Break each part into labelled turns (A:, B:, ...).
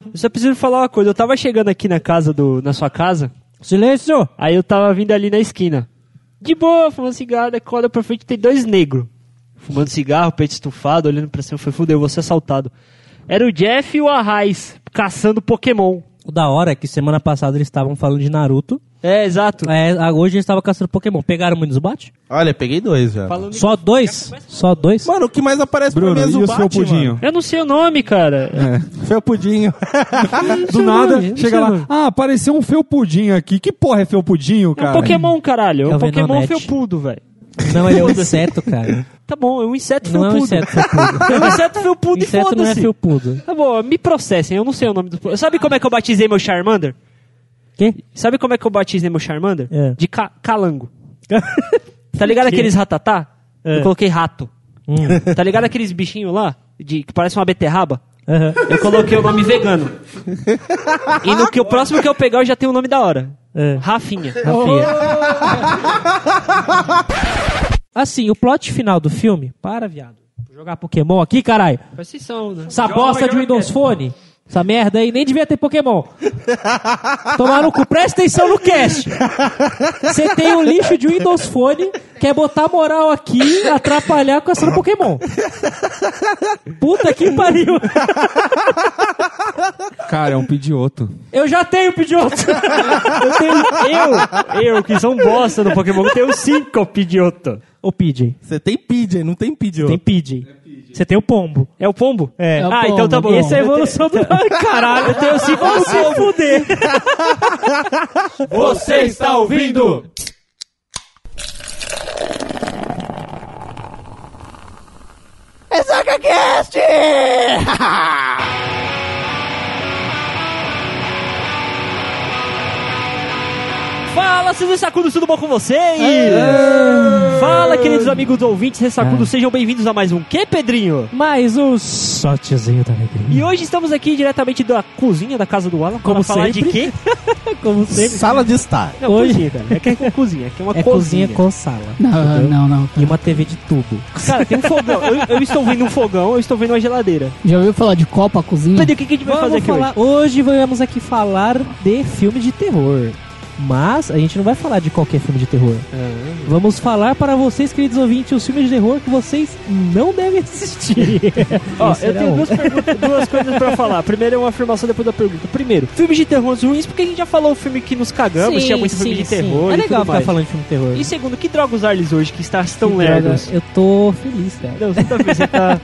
A: Eu só preciso falar uma coisa. Eu tava chegando aqui na casa do. na sua casa. Silêncio! Aí eu tava vindo ali na esquina. De boa, fumando cigarro, acorda pra frente tem dois negros. Fumando cigarro, peito estufado, olhando pra cima, foi fudeu, eu vou ser assaltado. Era o Jeff e o Arraiz, caçando Pokémon.
B: O da hora é que semana passada eles estavam falando de Naruto.
A: É, exato.
B: É, a- hoje eles estavam caçando Pokémon. Pegaram muitos bate?
C: Olha, peguei dois, velho.
A: Falando
B: Só dois? Só dois?
C: Mano, o que mais aparece
D: Bruno,
C: pra mim é
D: e o
C: Zubat,
D: seu pudinho?
A: Eu não sei o nome, cara.
C: mano. Felpudinho.
D: Do nada,
B: nome, eu não sei
D: chega
B: o
D: lá.
B: nome.
D: Ah, apareceu um felpudinho aqui. Que porra é felpudinho,
A: É um
D: cara?
A: Pokémon, caralho. É um
B: É o
A: Pokémon
B: Venonete.
A: felpudo, velho.
B: Não, ele é um inseto, cara.
A: Tá bom, é um inseto
B: Não é
A: felpudo.
B: um inseto felpudo.
A: É um inseto felpudo e
B: Inseto não é
A: foda-se.
B: felpudo.
A: Tá bom, me processem, eu não sei o nome do. Sabe como é que eu batizei meu Charmander?
B: Quê?
A: Sabe como é que eu batizei meu Charmander?
B: É.
A: De ca- calango. tá ligado aqueles ratatá? Eu coloquei rato.
B: Hum.
A: Tá ligado aqueles bichinhos lá? De, que parece uma beterraba?
B: Aham.
A: Eu coloquei o nome vegano. e no que o próximo que eu pegar eu já tenho o nome da hora.
B: É.
A: Rafinha.
B: Rafinha. Assim, o plot final do filme. Para, viado. Vou jogar Pokémon aqui, caralho.
A: Vocês são, né?
B: Essa bosta de Windows Phone. Essa merda aí nem devia ter Pokémon. Tomar no cu, presta atenção no cast. Você tem um lixo de Windows Phone, quer botar moral aqui, atrapalhar com essa Pokémon. Puta que pariu.
D: Cara, é um pidioto.
B: Eu já tenho pidioto.
A: Eu, tenho- eu, eu, que sou um bosta no Pokémon, eu tenho cinco, idiota.
B: Ô, PJ.
C: Você tem PJ, não tem PJ.
B: Tem PJ. Você tem o pombo.
A: É o pombo?
B: É.
A: ah, então tá bom.
B: Essa é a evolução do. Caralho, eu tenho assim cinco vamos se fuder.
A: Você está ouvindo? Fala, seus ressacudos, tudo bom com vocês? Fala, queridos amigos ouvintes ressacudos, sejam bem-vindos a mais um Que Pedrinho?
B: Mais um shotzinho da alegria.
A: E hoje estamos aqui diretamente da cozinha da casa do Alan
B: Como
A: para falar de
B: sempre.
A: quê?
B: Como sempre.
C: Sala de estar.
A: Não,
B: Hoje-
A: cozinha, cara. É que é cozinha, que é uma
B: É cozinha com sala.
E: Não, não, não.
B: E uma TV de tubo.
A: Cara, tem um fogão. Eu, eu estou vendo um fogão, eu estou vendo uma geladeira.
E: Já ouviu falar de Copa Cozinha?
A: Pedro, o que que a gente vai fazer aqui
B: falar... hoje? vamos aqui falar de filme de terror. Mas a gente não vai falar de qualquer filme de terror.
A: É.
B: Vamos falar para vocês, queridos ouvintes, os filmes de terror que vocês não devem assistir.
A: hoje? Ó,
B: Esse
A: eu
B: era
A: tenho
B: um.
A: duas, perguntas- duas coisas pra falar. Primeiro é uma afirmação, depois da pergunta. Primeiro, filmes de terror ruins, porque a gente já falou o filme que nos cagamos,
B: Sim,
A: tinha muito
B: sim,
A: filme de
B: sim.
A: terror.
B: É
A: e
B: legal
A: tudo
B: ficar
A: mais.
B: falando de filme de terror.
A: E segundo, que droga usar eles hoje que está
B: Que
A: estão
B: droga,
A: lerdos?
B: Eu tô feliz, cara.
A: Não, você tá vendo, você tá.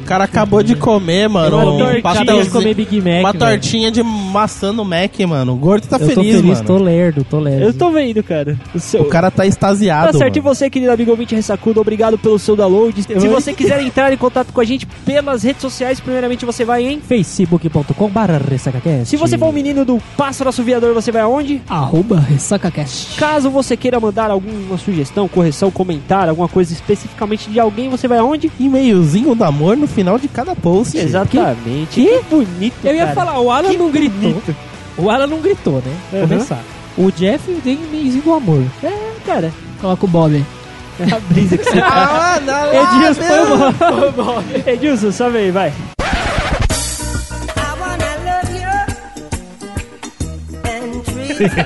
C: O cara acabou de comer, mano.
A: Uma
C: um
A: tortinha
B: Acabei de
C: pastelzinho-
B: comer Big Mac.
C: Uma
B: velho.
C: tortinha de maçã no Mac, mano. O gordo tá
B: Eu tô
C: feliz,
B: feliz,
C: mano.
B: tô lerdo, tô lerdo.
A: Eu tô vendo, cara. O seu.
C: O cara tá extasiado.
A: Tá certo, e
C: mano.
A: você, querido amigo ouvinte ressacudo, obrigado pelo seu download. Se você quiser entrar em contato com a gente pelas redes sociais, primeiramente você vai em
B: facebook.com barra
A: Se você for um menino do pássaro assoviador, você vai aonde?
E: Arroba RessacaCast.
A: Caso você queira mandar alguma sugestão, correção, comentário, alguma coisa especificamente de alguém, você vai aonde?
C: E-mailzinho do amor no final de cada post.
A: Exatamente.
B: Que-
A: Que bonito,
B: Eu ia
A: cara.
B: falar, o Alan
A: Que
B: não gritou.
A: bonito.
B: O Alan não gritou, né? Pra
A: Aham.
B: Começar. O Jeff tem um meizinho do amor.
A: Cara,
E: Coloca o Bob. aí.
A: é a brisa que você Ah,
C: Ah, não,
A: Edilson, foi bom. Edilson, sobe aí, vai.
F: I wanna love you and treat you.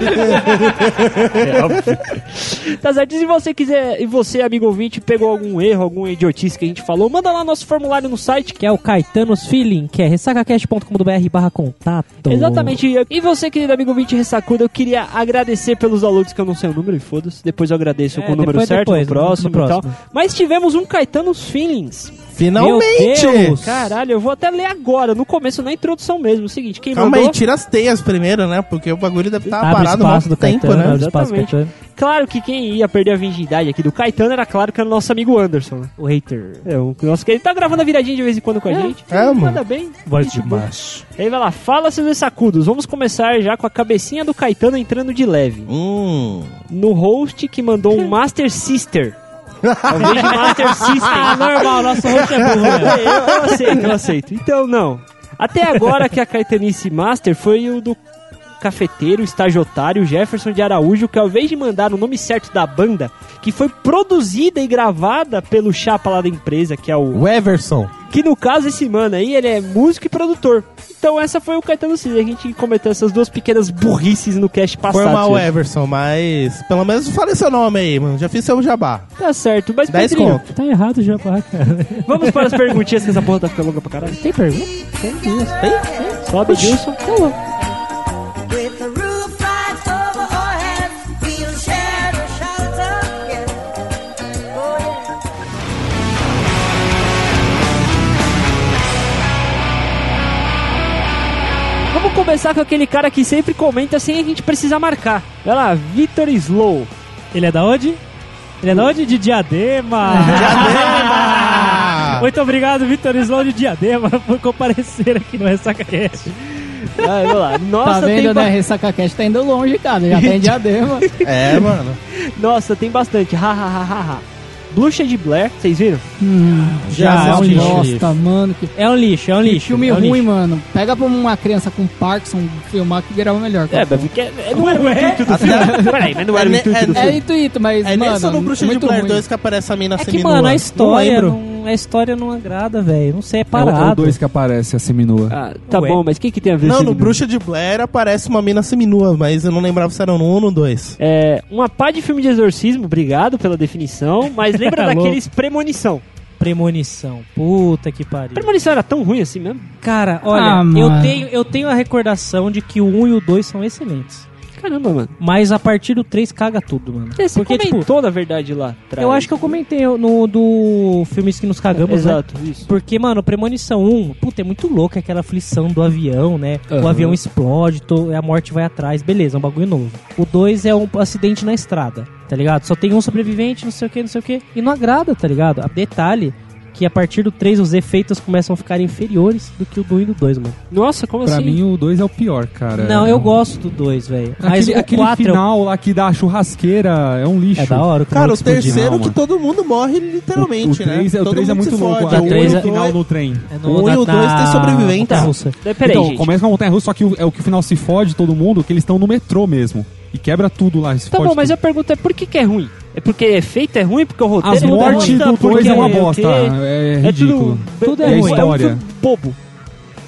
A: Tá certo? E se você quiser, e você, amigo ouvinte, pegou algum erro, alguma idiotice que a gente falou, manda lá nosso formulário no site.
B: Que é o Caetano's Feeling, que é ressacacast.com.br barra contato.
A: Exatamente. E você, querido amigo 20 Ressacuda, eu queria agradecer pelos downloads que eu não sei o número, e foda-se. Depois eu agradeço
B: É,
A: com o número
B: depois,
A: certo,
B: depois,
A: no
B: no
A: próximo, e tal.
B: próximo.
A: Mas tivemos um Caetano's Feelings.
C: Finalmente!
B: Meu Deus!
A: Caralho, eu vou até ler agora, no começo, na introdução mesmo. O seguinte, quem
C: Calma
A: mandou...
C: aí, tira as teias primeiro, né? Porque o bagulho deve estar
B: Abre
C: Tá parado há
B: espaço
C: muito
B: do
C: tempo,
B: Caetano,
C: né?
B: abre espaço do
A: Exatamente.
B: Caetano.
A: Claro que quem ia perder a virgindade aqui do Caetano era claro que era o nosso amigo Anderson, né?
B: O hater.
A: É, o nosso que ele tá gravando a viradinha de vez em quando com a
B: É,
A: gente.
C: é, mano.
A: Manda bem.
B: Voz de macho.
A: Aí vai lá, fala seus sacudos. Vamos começar já com a cabecinha do Caetano entrando de leve.
C: Hum.
A: no host que mandou um Master Sister. É um vídeo de Master Sister.
B: Ah, normal, nosso rosto é burro, velho.
A: Eu, eu aceito, eu aceito. Então, não. Até agora que a Caetanice Master foi o do cafeteiro, estagiotário Jefferson de Araújo, que ao invés de mandar o nome certo da banda, que foi produzida e gravada pelo chapa lá da empresa, que é o
C: O Everson.
A: Que no caso, esse mano aí, ele é músico e produtor. Então essa foi o Caetano Cis. A gente cometeu essas duas pequenas burrices no cast passado. né?
C: Foi mal o
A: senhor.
C: Everson, mas pelo menos falei seu nome aí, mano. Já fiz seu jabá.
A: Tá certo, mas
C: 10
A: Pedrinho,
C: conto.
B: Tá errado já, pá, cara.
A: vamos para as perguntinhas que essa porra tá ficando longa pra tá caralho.
B: Tem pergunta?
A: Sobe, Gilson.
F: With the roof right over our heads, we'll share a shelter together. Oh, yeah.
A: Vamos começar com aquele cara que sempre comenta sem a gente precisar marcar. Vai lá, Vitor Slow.
B: Ele é da onde? Ele é da onde? De Diadema.
C: Ah,
B: Muito obrigado, Vitor Slow de Diadema, por comparecer aqui no RessacaCast.
A: Vai, vai lá. Nossa,
E: Tá vendo,
A: tem ba-
E: né? Ressaca Cash tá indo longe, cara. Já tem diadema.
C: é, mano.
A: Nossa, tem bastante. Ha, ha, ha, ha, ha. Bruxa de Blair, vocês viram?
E: Hum,
C: Ah,
B: Já,
E: é um
C: assisti.
E: bosta, mano. Que
B: É um lixo, é um lixo.
E: filme
B: é um
E: ruim,
B: lixo.
E: mano. Pega pra uma criança com Parkinson filmar que grava melhor. cara.
A: porque é, não era o intuito do
C: Até-
A: filme. Peraí, mas não era o
C: É,
A: intuito do
E: É
A: filme.
E: intuito, mas,
C: É
E: mano,
C: nessa no Bruxa de
E: muito
C: Blair
E: ruim.
C: 2 que aparece a mina
B: É que,
C: seminua.
B: mano, a história
C: Não lembro.
B: não, a história não agrada, velho. Não sei, é
D: É o- É o
B: parado.
D: 2 que aparece, a seminua.
A: Ah, tá
B: Ué.
A: bom, mas o que, que tem a ver
C: Não,
A: esse
C: no
A: filme?
C: Bruxa de Blair aparece uma mina seminua, mas eu não lembrava se era no 1 ou no 2.
A: É, uma pá de filme de exorcismo, obrigado pela definição, mas lembra
B: Tá louco.
A: daqueles Premonição.
B: Premonição. Puta que pariu.
A: Premonição era tão ruim assim mesmo?
B: Cara, olha,
E: Ah,
B: eu,
E: mano.
B: tenho, eu tenho a recordação de que o 1 e o 2 são excelentes.
A: Caramba, mano.
B: Mas a partir do 3 caga tudo, mano.
A: Você
B: Porque, tipo,
A: comentou, na verdade, lá atrás.
B: eu acho que eu comentei no do Filmes que nos cagamos, né?
A: Exato, isso.
B: Porque, mano, Premonição 1, puta, é muito louco aquela aflição do avião, né? O
A: Aham.
B: avião explode, to- a morte vai atrás, beleza, é um bagulho novo. O 2 é um acidente na estrada, tá ligado? Só tem um sobrevivente, não sei o que, não sei o que. E não agrada, tá ligado? A detalhe que a partir do 3 os efeitos começam a ficar inferiores do que o do 1 e do 2, mano.
A: Nossa, como
D: Pra
A: assim?
D: mim, o 2 é o pior, cara.
B: Não, eu gosto do 2, velho. Mas
D: Aquele,
B: o
D: aquele
B: 4
D: final lá que dá a churrasqueira é um lixo.
B: é da hora. o
C: Cara, o
B: outro explodiu.
C: terceiro
D: não,
C: que
D: mano.
C: todo mundo morre literalmente,
D: o, o três,
C: né?
D: é- o
C: Todo
D: 3 é
C: mundo se
D: muito louco.
C: fode. um
D: Ah,
B: O
D: O
B: três
D: 3
B: é-
D: é final no trem.
B: É
C: O um e o
B: na-
C: dois tem
B: na-
C: sobreviventes.
B: Tá. Russa.
A: Daí, É, Peraí,
D: então,
A: gente.
D: começa com a montanha russa, só que o, é o que o final se fode todo mundo, que eles estão no metrô mesmo. E quebra tudo lá. se
A: Tá
D: fode
A: bom, mas
D: tudo.
A: a pergunta é por que, que é ruim? É porque efeito é ruim? Porque o roteiro
D: As
A: é
D: mortes
A: bosta?
D: do 2
A: Porque
D: é uma
A: o
D: bosta.
A: quê?
D: É
A: É tudo,
D: ridículo.
B: Tudo é
A: é
B: ruim.
D: História.
A: tudo bobo.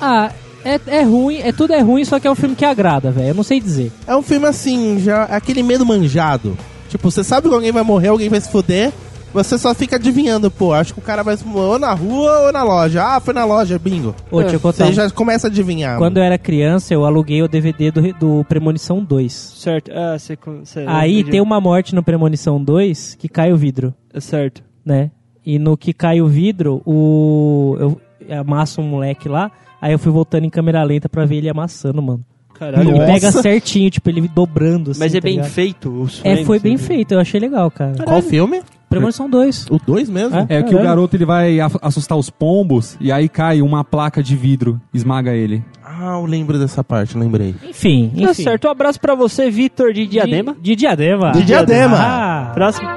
B: Ah, é, é ruim, é tudo é ruim, só que é um filme que agrada, velho. Eu não sei dizer.
C: É um filme assim, já aquele medo manjado. Tipo, você sabe que alguém vai morrer, alguém vai se fuder. Você só fica adivinhando, pô, acho que o cara vai se morrer ou na rua ou na loja. Ah, foi na loja, bingo.
B: Ô, deixa eu contar.
C: É,
B: um.
C: Você já começa a adivinhar.
B: Então, Quando é- eu era criança, eu aluguei o DVD do, do Premonição 2.
A: Certo. Ah, você... con-
C: É,
A: você-
B: Aí
A: entendi.
B: tem uma morte no Premonição 2 que cai o vidro,
A: É Certo.
B: né? E no que cai o vidro, o. Eu amasso um moleque lá. Aí eu fui voltando em câmera lenta pra ver ele amassando, mano.
A: Caralho,
B: Ele
A: velho.
B: pega certinho, tipo, ele dobrando assim.
A: Mas é
B: tá
A: bem
B: ligado?
A: feito os
B: É,
A: frames,
B: foi bem
A: assim.
B: feito, eu achei legal, cara.
C: Qual filme?
B: Premonição 2.
C: O 2 mesmo?
B: É.
D: É que o
B: Caralho.
D: garoto ele vai af- assustar os pombos e aí cai uma placa de vidro, esmaga ele.
C: Ah, eu lembro dessa parte, lembrei.
B: Enfim, enfim.
A: Tá certo. Um abraço pra você, Vitor de Diadema.
B: De, de diadema.
C: De diadema.
B: Ah,
A: Próximo.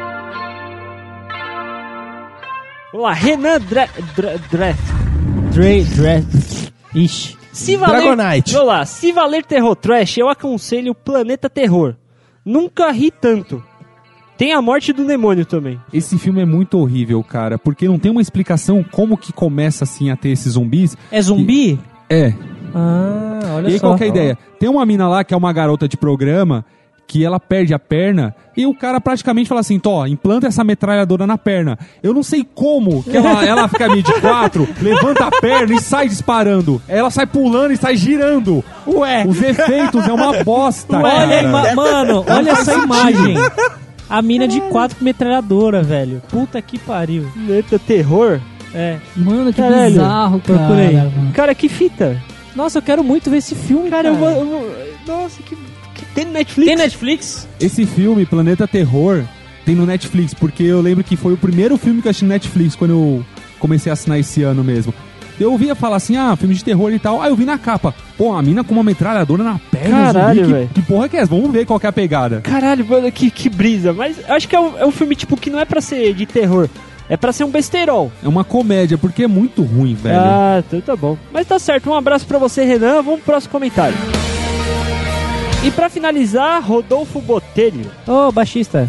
A: Vamos lá, Renan Dra... Dra... Dra...
B: Dre, Dre. Ixi.
A: Se valer...
C: Dragonite.
A: Vamos lá. Se valer terror trash, eu aconselho o Planeta Terror. Nunca ri tanto. Tem a morte do demônio também.
D: Esse filme é muito horrível, cara, porque não tem uma explicação como que começa assim a ter esses zumbis.
B: É zumbi?
D: É.
B: Ah, olha
D: e aí
B: só.
D: qual que é a ideia? Tem uma mina lá que é uma garota de programa que ela perde a perna e o cara praticamente fala assim, Tó, implanta essa metralhadora na perna. Eu não sei como que ela, ela fica meio de quatro, levanta a perna e sai disparando. Ela sai pulando e sai girando.
B: Ué, é
D: Os efeitos é uma bosta,
B: olha,
D: cara.
B: ima- mano, olha essa imagem. A mina de quatro com metralhadora, velho. Puta que pariu.
A: Planeta Terror?
B: É.
E: Mano, que
A: Caralho,
E: bizarro, cara.
B: procura aí.
E: mano.
A: Cara, que fita.
B: Nossa, eu quero muito ver esse filme,
A: Cara,
B: cara.
A: eu vou... eu vou- Nossa, que... que- Tem no Netflix?
B: Tem Netflix?
D: Esse filme, Planeta Terror, tem no Netflix, porque eu lembro que foi o primeiro filme que eu assisti no Netflix quando eu comecei a assinar esse ano mesmo. Eu ouvia falar assim, ah, filme de terror e tal. Aí eu vi na capa, pô, a mina com uma metralhadora na perna,
A: Caralho,
D: zumbi,
A: velho.
D: que, que porra que é essa? Vamos ver qual que é a pegada.
A: Caralho, mano, que, que brisa. Mas eu acho que é um, é um filme, tipo, que não é pra ser de terror. É pra ser um besterol.
D: É uma comédia, porque é muito ruim, velho.
A: Ah, então tá bom. Mas tá certo, um abraço pra você, Renan. Vamos pro próximo comentário. E pra finalizar, Rodolfo Botelho.
B: Ô, baixista.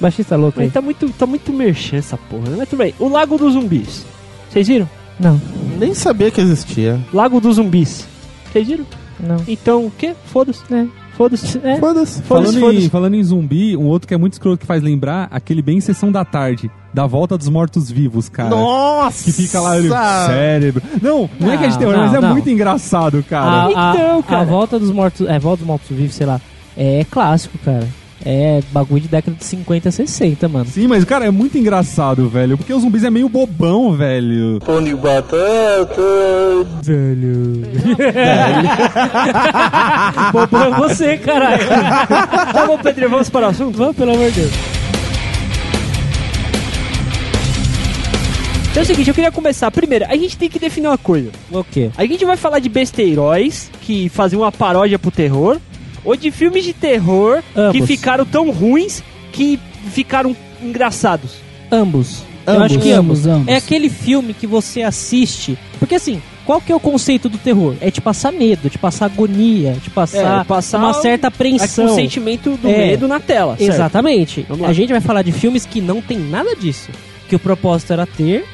B: Baixista louco aí.
A: Mas tá muito, tá muito merchan essa porra, né? Mas tudo bem. O Lago dos Zumbis. Vocês viram?
B: Não,
C: Nem sabia que existia.
A: Lago dos Zumbis. Vocês viram?
B: não.
A: Então, o quê? Foda-se.
B: É.
A: Foda-se. É. Foda-se,
C: Foda-se.
D: Falando em,
A: foda-se.
D: falando em zumbi, um outro que é muito escroto que faz lembrar, aquele bem Sessão da Tarde, da Volta dos Mortos-Vivos, cara.
C: Nossa!
D: Que fica lá, ele, cérebro. Não, não, é que é
A: Ah,
D: de terror,
B: Não,
D: mas é
B: não.
D: muito engraçado, cara.
B: A,
A: Então,
B: a,
A: cara.
B: a volta dos mortos. É, volta dos mortos vivos, sei lá. É clássico, cara. É bagulho de década de 50, 60, mano.
D: Sim, mas, cara, é muito engraçado, velho. Porque os zumbis é meio bobão, velho.
A: Bobão é você, caralho. tá bom, Pedrinho, vamos para o assunto? Vamos, pelo amor de Deus. Então é o seguinte, eu queria começar. Primeiro, a gente tem que definir uma coisa.
B: O quê?
A: A gente vai falar de besteiróis, que faziam uma paródia pro terror, ou de filmes de terror que
B: Ambos.
A: ficaram tão ruins que ficaram engraçados.
B: Ambos. Eu acho que ambos.
E: Ambos, ambos.
B: É aquele filme que você assiste. Porque assim, qual que é o conceito do terror? É te passar medo, te passar agonia, te passar,
A: É, passar
B: uma
A: um-
B: certa
A: Atenção.
B: apreensão.
A: O sentimento do
B: É.
A: medo na tela. certo?
B: Exatamente.
A: Vamos lá.
B: A gente vai falar de filmes que não tem nada disso. Que o propósito era ter,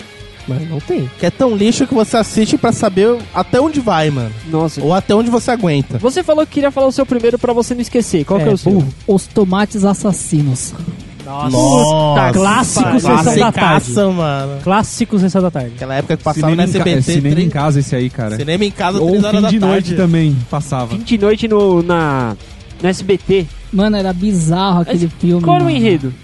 B: mas não tem.
C: Que é tão lixo que você assiste pra saber até onde vai, mano.
A: Nossa.
C: Ou até onde você aguenta.
A: Você falou que queria falar o seu primeiro pra você não esquecer. Qual que é o seu?
B: burro.
E: Os tomates assassinos.
C: Nossa,
B: clássico Sessão da Tarde.
C: Classicaça, mano.
B: Clássico Sessão da Tarde.
C: Aquela época que passava no
D: em ca-
C: SBT.
D: é, cinema em
C: três-
D: casa esse aí, cara.
C: cinema em casa,
D: Ou
C: 3 horas
D: fim
C: da
D: de noite
C: tarde.
D: também passava.
A: Fim de noite no, na, no SBT.
E: Mano, era bizarro aquele filme.
A: Qual era o
E: mano.
A: enredo?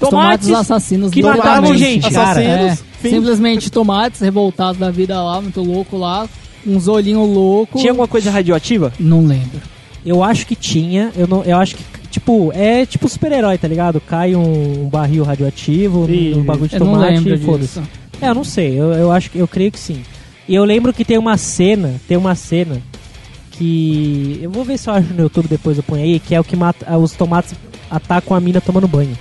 E: Os tomates assassinos.
A: que
E: doidamente.
A: matavam gente,
E: Cara,
C: Assassinos,
E: é.
C: fim.
E: Simplesmente tomates revoltados da vida lá, muito louco lá. Uns olhinhos loucos.
A: Tinha alguma coisa radioativa?
E: Não lembro.
B: Eu acho que tinha, eu não, eu acho que tipo, é tipo super-herói, tá ligado? Cai um, um barril radioativo,
A: Ih,
B: um, um bagulho de
E: Eu não
B: tomate
E: lembro
B: e foda-se.
E: disso.
B: É, eu não sei, eu, eu acho que eu creio que sim. E eu lembro que tem uma cena, tem uma cena que eu vou ver se eu acho no YouTube depois eu ponho aí, que é o que mata- ah, os tomates atacam a mina tomando banho.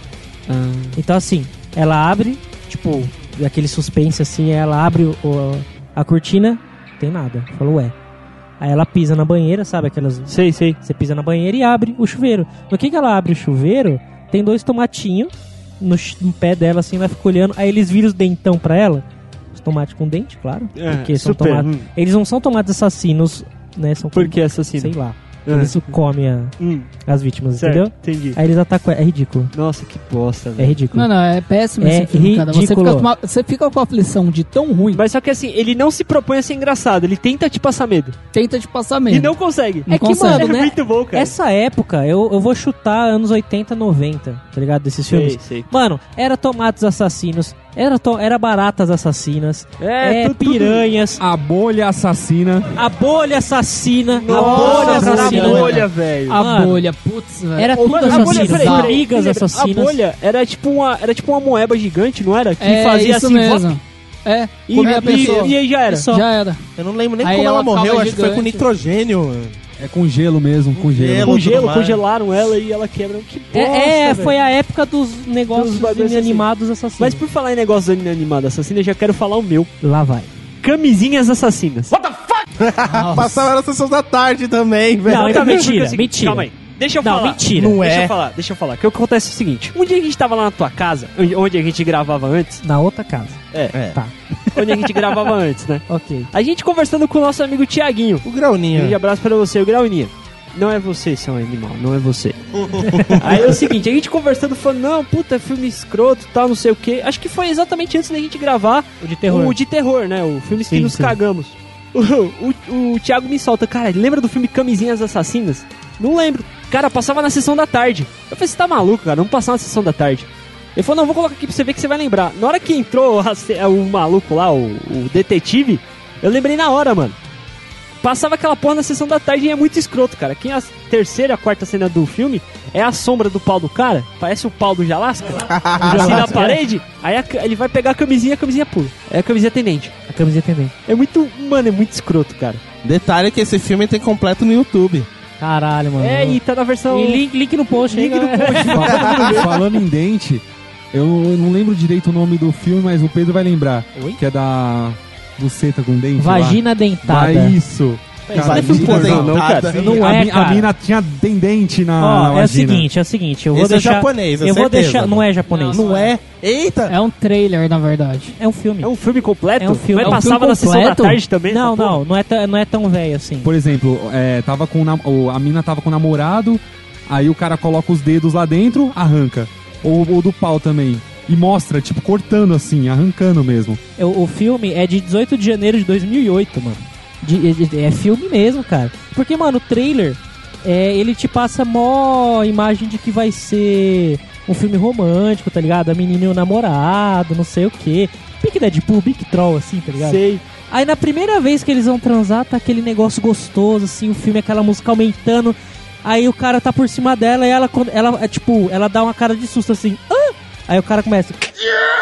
B: Então assim, ela abre, tipo, aquele suspense assim, ela abre o- o- a cortina, tem nada. Falou, ué. Aí ela pisa na banheira, sabe aquelas
A: Sei, sei.
B: você pisa na banheira e abre o chuveiro. No que, que ela abre o chuveiro, tem dois tomatinhos no, ch- no pé dela, assim, ela fica olhando. Aí eles viram os dentão pra ela. Os tomates com dente, claro.
A: É,
B: porque são
A: super,
B: tomates.
A: hum.
B: Eles não são tomates assassinos, né? São
A: Por que assassino?
B: Sei lá.
A: É.
B: Por isso come a-
A: Hum,
B: as vítimas,
A: certo,
B: entendeu?
A: entendi.
B: Aí eles atacam. É ridículo.
A: Nossa, que bosta,
B: É
A: velho.
B: ridículo.
E: Mano, é péssimo
B: É
E: esse filme, cara. Você
B: ridículo.
E: fica, com uma- você fica com a aflição de tão ruim,
A: Mas só que assim, ele não se propõe a ser engraçado, ele tenta te passar medo.
E: tenta de passar
A: E
E: medo.
A: não consegue.
E: Não
B: é que,
E: consegue.
B: mano,
A: é
B: né?
A: muito bom, cara.
B: Essa época, eu, eu vou chutar anos 80, 90, tá ligado? Desses
A: Sei,
B: filmes.
A: sei.
B: Mano, era tomates assassinos, era, to- era baratas assassinas,
A: É,
B: é,
A: tudo- tudo-
B: piranhas,
D: A bolha assassina.
B: a bolha assassina, a bolha
A: Nossa,
E: Nossa,
A: na
B: assassina.
E: Senhora.
A: bolha, velho.
E: A
B: Mano.
E: bolha, putz, velho.
B: Era
A: Ô,
B: tudo
A: mano, a bolha,
B: assassino,
A: peraí, peraí, peraí,
B: brigas
A: peraí.
B: assassinas.
A: A bolha era tipo uma, era tipo uma moeba gigante, não era? Que
E: é,
A: fazia
E: isso
A: assim,
E: mesmo.
A: vop,
E: É,
A: e,
E: comia a pessoa.
A: e, e aí já era.
B: Só.
E: Já era.
C: Eu não lembro nem
E: Aí
C: como
E: ela
C: ela morreu,
E: ficava
C: acho que foi com
E: gigante.
C: nitrogênio. mano.
D: É com gelo mesmo, com gelo.
C: gelo.
A: Com gelo,
C: tudo mais.
A: congelaram ela e ela quebra. Que bosta,
B: É, é,
A: velho.
B: foi a época dos negócios
A: Dos bagulhos
B: inanimados assassinos.
A: Mas por falar em negócio inanimado assassino, eu já quero falar o meu.
B: Lá vai.
A: Camisinhas assassinas.
C: Passava na sessão da tarde também, velho.
B: Não, então
A: Exatamente,
B: mentira,
A: porque é o seguinte,
B: mentira.
A: Calma aí. Deixa eu
B: Não,
A: falar.
B: mentira.
A: Não
C: é.
A: Deixa eu falar, deixa eu falar. Que o que acontece é o seguinte. Um dia a gente tava lá na tua casa, um onde- onde a gente gravava antes.
B: Na outra casa.
C: É.
B: Tá,
A: Onde a gente gravava antes, né?
B: ok.
A: A gente conversando com o nosso amigo Tiaguinho.
C: O
A: Um grande
C: Grauninho.
A: abraço pra você, o Grauninha. Não é você, seu animal, não é você. Aí é o seguinte, a gente conversando, falando, não, puta, filme escroto, tal, não sei o quê. Acho que foi exatamente antes da gente gravar
B: O de terror.
A: o de terror, né? O filme que
B: Sim,
A: nos
B: sim.
A: cagamos. O, o, o Thiago me solta, cara, lembra do filme Camisinhas Assassinas? Não lembro. Cara, passava na sessão da tarde. Eu falei, você tá maluco, cara? Não passava na sessão da tarde. Ele falou, não, vou colocar aqui pra você ver que você vai lembrar. Na hora que entrou a ce- o maluco lá, o, o detetive, eu lembrei na hora, mano. Passava aquela porra na sessão da tarde e é muito escroto, cara. Quem é a terceira, a quarta cena do filme é a sombra do pau do cara. Parece o pau do Jalasca. assim na parede. Aí a ca- ele vai pegar a camisinha e a camisinha pula. É a camisinha tenente.
B: A camiseta também.
A: É muito. Mano, é muito escroto, cara.
C: Detalhe que esse filme tem completo no YouTube.
B: Caralho, mano.
E: Uhum.
A: É, e tá na versão.
B: E link, link no post aí,
A: Link no
B: galera.
D: Fa- Falando em dente, eu não lembro direito o nome do filme, mas o Pedro vai lembrar. Que é da buceta com dente. lá.
B: Vagina dentada.
D: Vai isso. cara.
C: Vagina
D: Não, não,
C: dentada.
D: Sim,
B: Não
D: a,
B: é,
D: mi- a
B: cara.
D: mina tinha dendente na, na
B: Ó, é o
D: vagina.
B: seguinte, é o seguinte, eu vou
C: Esse é
B: deixar.
C: japonês, é
B: eu vou
C: certeza.
B: deixar. Não é japonês.
C: Não é? Eita!
E: É um trailer, na verdade.
B: É um filme.
A: É um filme completo?
B: É um filme.
A: Mas
B: É um
A: passava
E: filme
A: na sessão da
E: completo?
A: tarde também? Tá
B: Não,
A: essa porra?
B: não, não é, tão- não é tão velho assim.
D: Por exemplo, é, tava com nam- o- a mina tava com o namorado, aí o cara coloca os dedos lá dentro, arranca. Ou, ou do pau também. E mostra, tipo, cortando assim, arrancando mesmo.
B: O, o filme é de 18 de janeiro de 2008, mano. De- de- de- é filme mesmo, cara. Porque, mano, o trailer, é, ele te passa mó imagem de que vai ser um filme romântico, tá ligado? A menina e o namorado, não sei o quê. Pique Deadpool, Big Troll, assim, tá ligado?
A: Sei.
B: Aí na primeira vez que eles vão transar, tá aquele negócio gostoso, assim, o filme, aquela música aumentando. Aí o cara tá por cima dela e ela, quando- ela é, tipo, ela dá uma cara de susto assim. "Ah!" Aí o cara começa.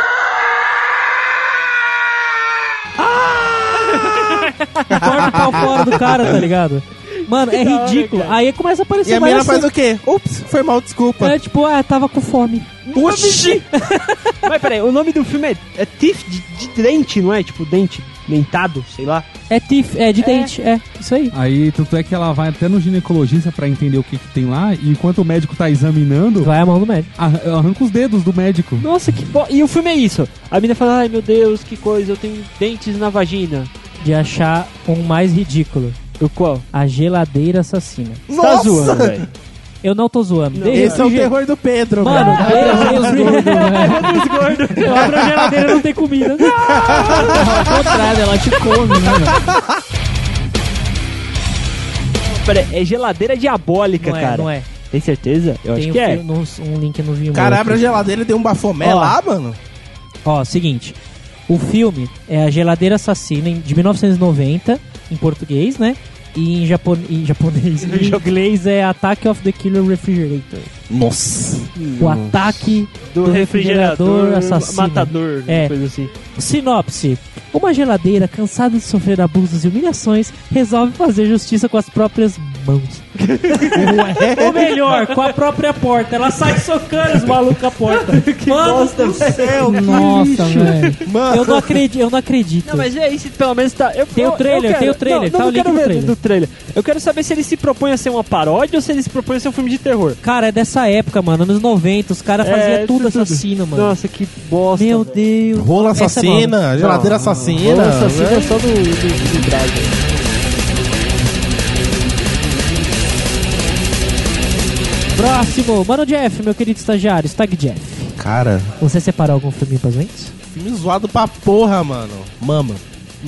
B: Ah! Corta o pau fora do cara, tá ligado? Mano, é ridículo. Aí começa a aparecer
C: E a mina
B: várias
C: faz assim,
B: cenas.
C: o quê? Ups, foi mal, desculpa.
B: É, tipo, ah, tava com fome.
A: Oxi! Mas peraí, o nome do filme é, é Thief de, de dente, não é? Tipo, dente dentado, sei lá.
B: É tif, é de dente, é. Isso aí.
D: Aí, tanto é que ela vai até no ginecologista pra entender o que, que tem lá, e enquanto o médico tá examinando,
B: Vai a mão do médico.
D: arran- arranca os dedos do médico.
A: Nossa, que bo... E o filme é isso. A menina fala, ai meu Deus, que coisa, eu tenho dentes na vagina.
B: De achar um mais ridículo.
A: O qual?
B: A geladeira assassina.
A: Você tá zoando, velho.
B: Eu não tô zoando. Deixa
C: Esse é o
B: desse jeito.
C: terror do Pedro,
B: Mano, tá
C: velho.
B: né? eu abro a geladeira e não tem comida.
E: Ao contrário, ela te come, né, velho?
A: Peraí, é geladeira diabólica,
B: Não é,
A: cara.
B: não é.
A: Tem certeza? Eu
B: tem
A: acho
B: um,
A: que é.
B: fio- nos- um link no Vimeo.
C: O cara abre a geladeira e deu um bafomé
B: Ó.
C: lá, mano.
B: Ó, seguinte. O filme é A Geladeira Assassina, em- de 1990, em português, né? E em, japo- em japonês. Em inglês é Attack of the Killer Refrigerator.
C: Nossa.
B: O ataque
A: Do,
B: do
A: refrigerador,
B: refrigerador assassino.
A: matador,
B: É.
A: coisa assim.
B: Sinopse: Uma geladeira cansada de sofrer abusos e humilhações resolve fazer justiça com as próprias mãos. Ou melhor, com a própria porta. Ela sai socando os malucos com a porta. Mano do céu, que
E: Nossa,
B: lixo.
E: velho.
B: Eu não acredito, eu não acredito.
A: Não, mas é isso, pelo menos tá. Eu,
B: Tem o
A: eu-
B: trailer,
A: eu quero-
B: tem o
A: Não, não,
B: trailer, tá o
A: não
B: link
A: quero
B: do
A: ver
B: trailer.
A: do trailer. Eu quero saber se ele se propõe a ser uma paródia ou se ele se propõe a ser um filme de terror.
B: Cara, é dessa época, mano. Anos 90, os caras faziam
A: É,
B: tudo
A: tudo.
B: assassino, mano.
A: Nossa, que bosta.
B: Meu
A: velho.
B: Deus.
C: Rola
B: Essa é
C: assassina, geladeira assassina.
A: Nossa, assim
B: né?
A: é só do, do, do Dragon.
B: Próximo. Mano Jeff, meu querido estagiário, Stag Jeff.
C: Cara,
B: Você separou algum filminho pras mentes?
C: filme zoado pra porra, mano. Mama.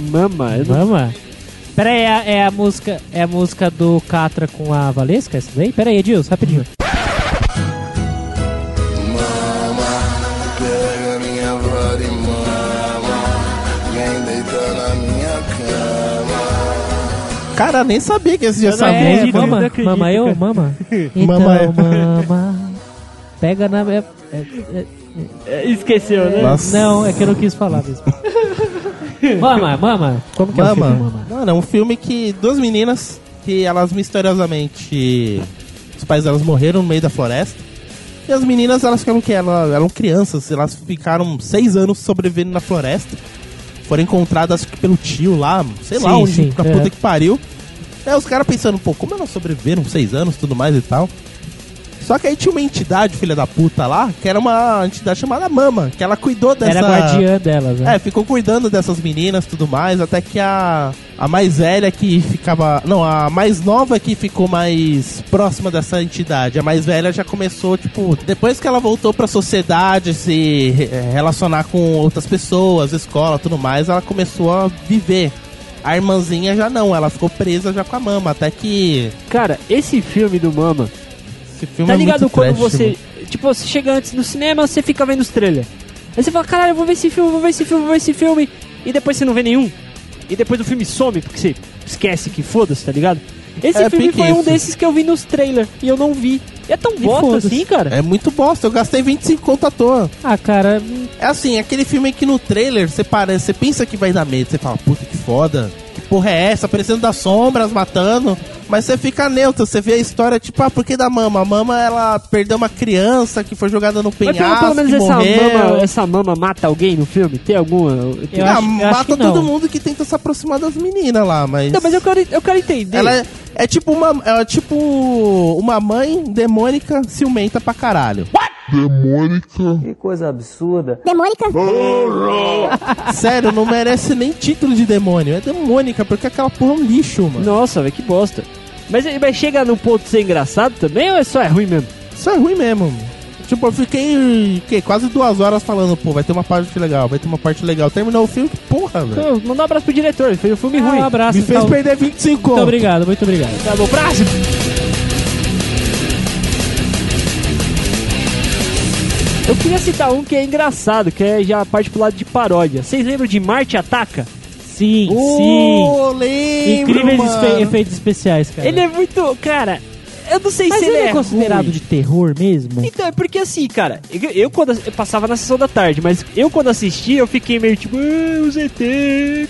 A: Mama, eu não
B: Mama? Pera aí, é, a- é a música, é a música do Catra com a Valesca, essa daí? Pera aí, Edilson, rapidinho.
G: Pega minha vara e mama Vem deitar na minha cama
C: Cara, nem sabia que esse já
B: Mama,
C: sabia.
A: acredito, eu não
B: é, mama,
A: acredito, é.
B: mama eu, mama. Então,
C: Mama
B: mama,
C: eu.
B: Pega na... é- é- é-
A: É, Esqueceu, né?
C: Nossa.
B: não, é que eu não quis falar mesmo. mama, mama. Como que é o filme,
C: Mama.
B: mama?
C: Mano, é um filme que duas meninas que elas misteriosamente os pais delas morreram no meio da floresta. E as meninas, elas ficaram que elas eram crianças, elas ficaram seis anos sobrevivendo na floresta. Foram encontradas acho que pelo tio lá, sei lá,
B: Sim,
C: onde
B: sim,
C: na
B: é.
C: puta que pariu. Aí os caras pensando, pô, como elas sobreviveram seis anos tudo mais e tal. Só que aí tinha uma entidade, filha da puta lá, que era uma entidade chamada Mama, que ela cuidou dessa.
B: Era guardiã delas, né?
C: É, ficou cuidando dessas meninas e tudo mais, até que a, a mais velha que ficava. Não, a mais nova que ficou mais próxima dessa entidade. A mais velha já começou, tipo, depois que ela voltou pra sociedade, se re- relacionar com outras pessoas, escola tudo mais, ela começou a viver. A irmãzinha já não, ela ficou presa já com a mama, até que.
A: Cara, esse filme do Mama,
C: Esse filme
A: tá
C: é
A: ligado
C: muito
A: quando
C: trash,
A: você.
C: mano.
A: Tipo, você chega antes no cinema, você fica vendo os trailers. Aí você fala, caralho, eu vou ver esse filme, vou ver esse filme, vou ver esse filme. E depois você não vê nenhum. E depois o filme some, porque você esquece que foda-se, tá ligado? Esse
C: É,
A: filme
C: pique
A: foi um
C: isso.
A: desses que eu vi nos trailers e eu não vi. E é tão bosta
B: foda-se.
A: assim, cara.
C: É muito bosta, eu gastei 25 conto à toa.
B: Ah, cara,
C: É assim, aquele filme que no trailer você parece, você pensa que vai dar medo, você fala, puta que foda, que porra é essa? Aparecendo das sombras, matando. Mas você fica neutro, você vê a história, tipo, ah, por que da mama? A mama, ela perdeu uma criança que foi jogada no
A: Mas
C: penhasco,
A: pelo, pelo menos
C: que
A: essa
C: morreu.
A: mama, essa mama mata alguém no filme? Tem alguma? Tem-
B: Eu
C: Ah,
B: acho- eu acho
C: mata
B: que não.
C: todo mundo que tenta se aproximar das meninas lá, mas...
A: Não, mas eu quero, eu quero entender.
C: Ela é, é tipo uma é tipo uma mãe demônica ciumenta pra caralho.
H: Demônica?
C: Sério, não merece nem título de demônio. É demônica, porque aquela porra é um lixo, mano.
A: Nossa, velho, que bosta. Mas, mas chega num ponto de ser engraçado também ou é só é ruim mesmo?
C: Isso é ruim mesmo. mano. Tipo, eu fiquei o quê? quase duas horas falando, pô, vai ter uma parte legal, vai ter uma parte legal. Terminou o filme, que porra, velho.
A: Então, Manda um abraço pro diretor, ele fez um filme ruim.
B: Um abraço.
C: Me fez
B: então.
C: perder 25
B: Muito
C: conto.
B: obrigado, muito obrigado.
A: Tá bom, próximo. Eu queria citar um que é engraçado, que é já parte pro lado de paródia. Vocês lembram de Marte Ataca?
B: Sim, sim.
C: Ô, lembro,
B: Incríveis
C: mano.
B: esfe- efeitos especiais, cara.
A: Ele é muito. Cara, eu não sei
B: Mas
A: se
B: ele,
A: ele,
B: é considerado
A: ruim.
B: de terror mesmo?
A: Então, é porque assim, cara, eu, eu quando eu passava na sessão da tarde, mas eu quando assisti, eu fiquei meio tipo, ah, os ET,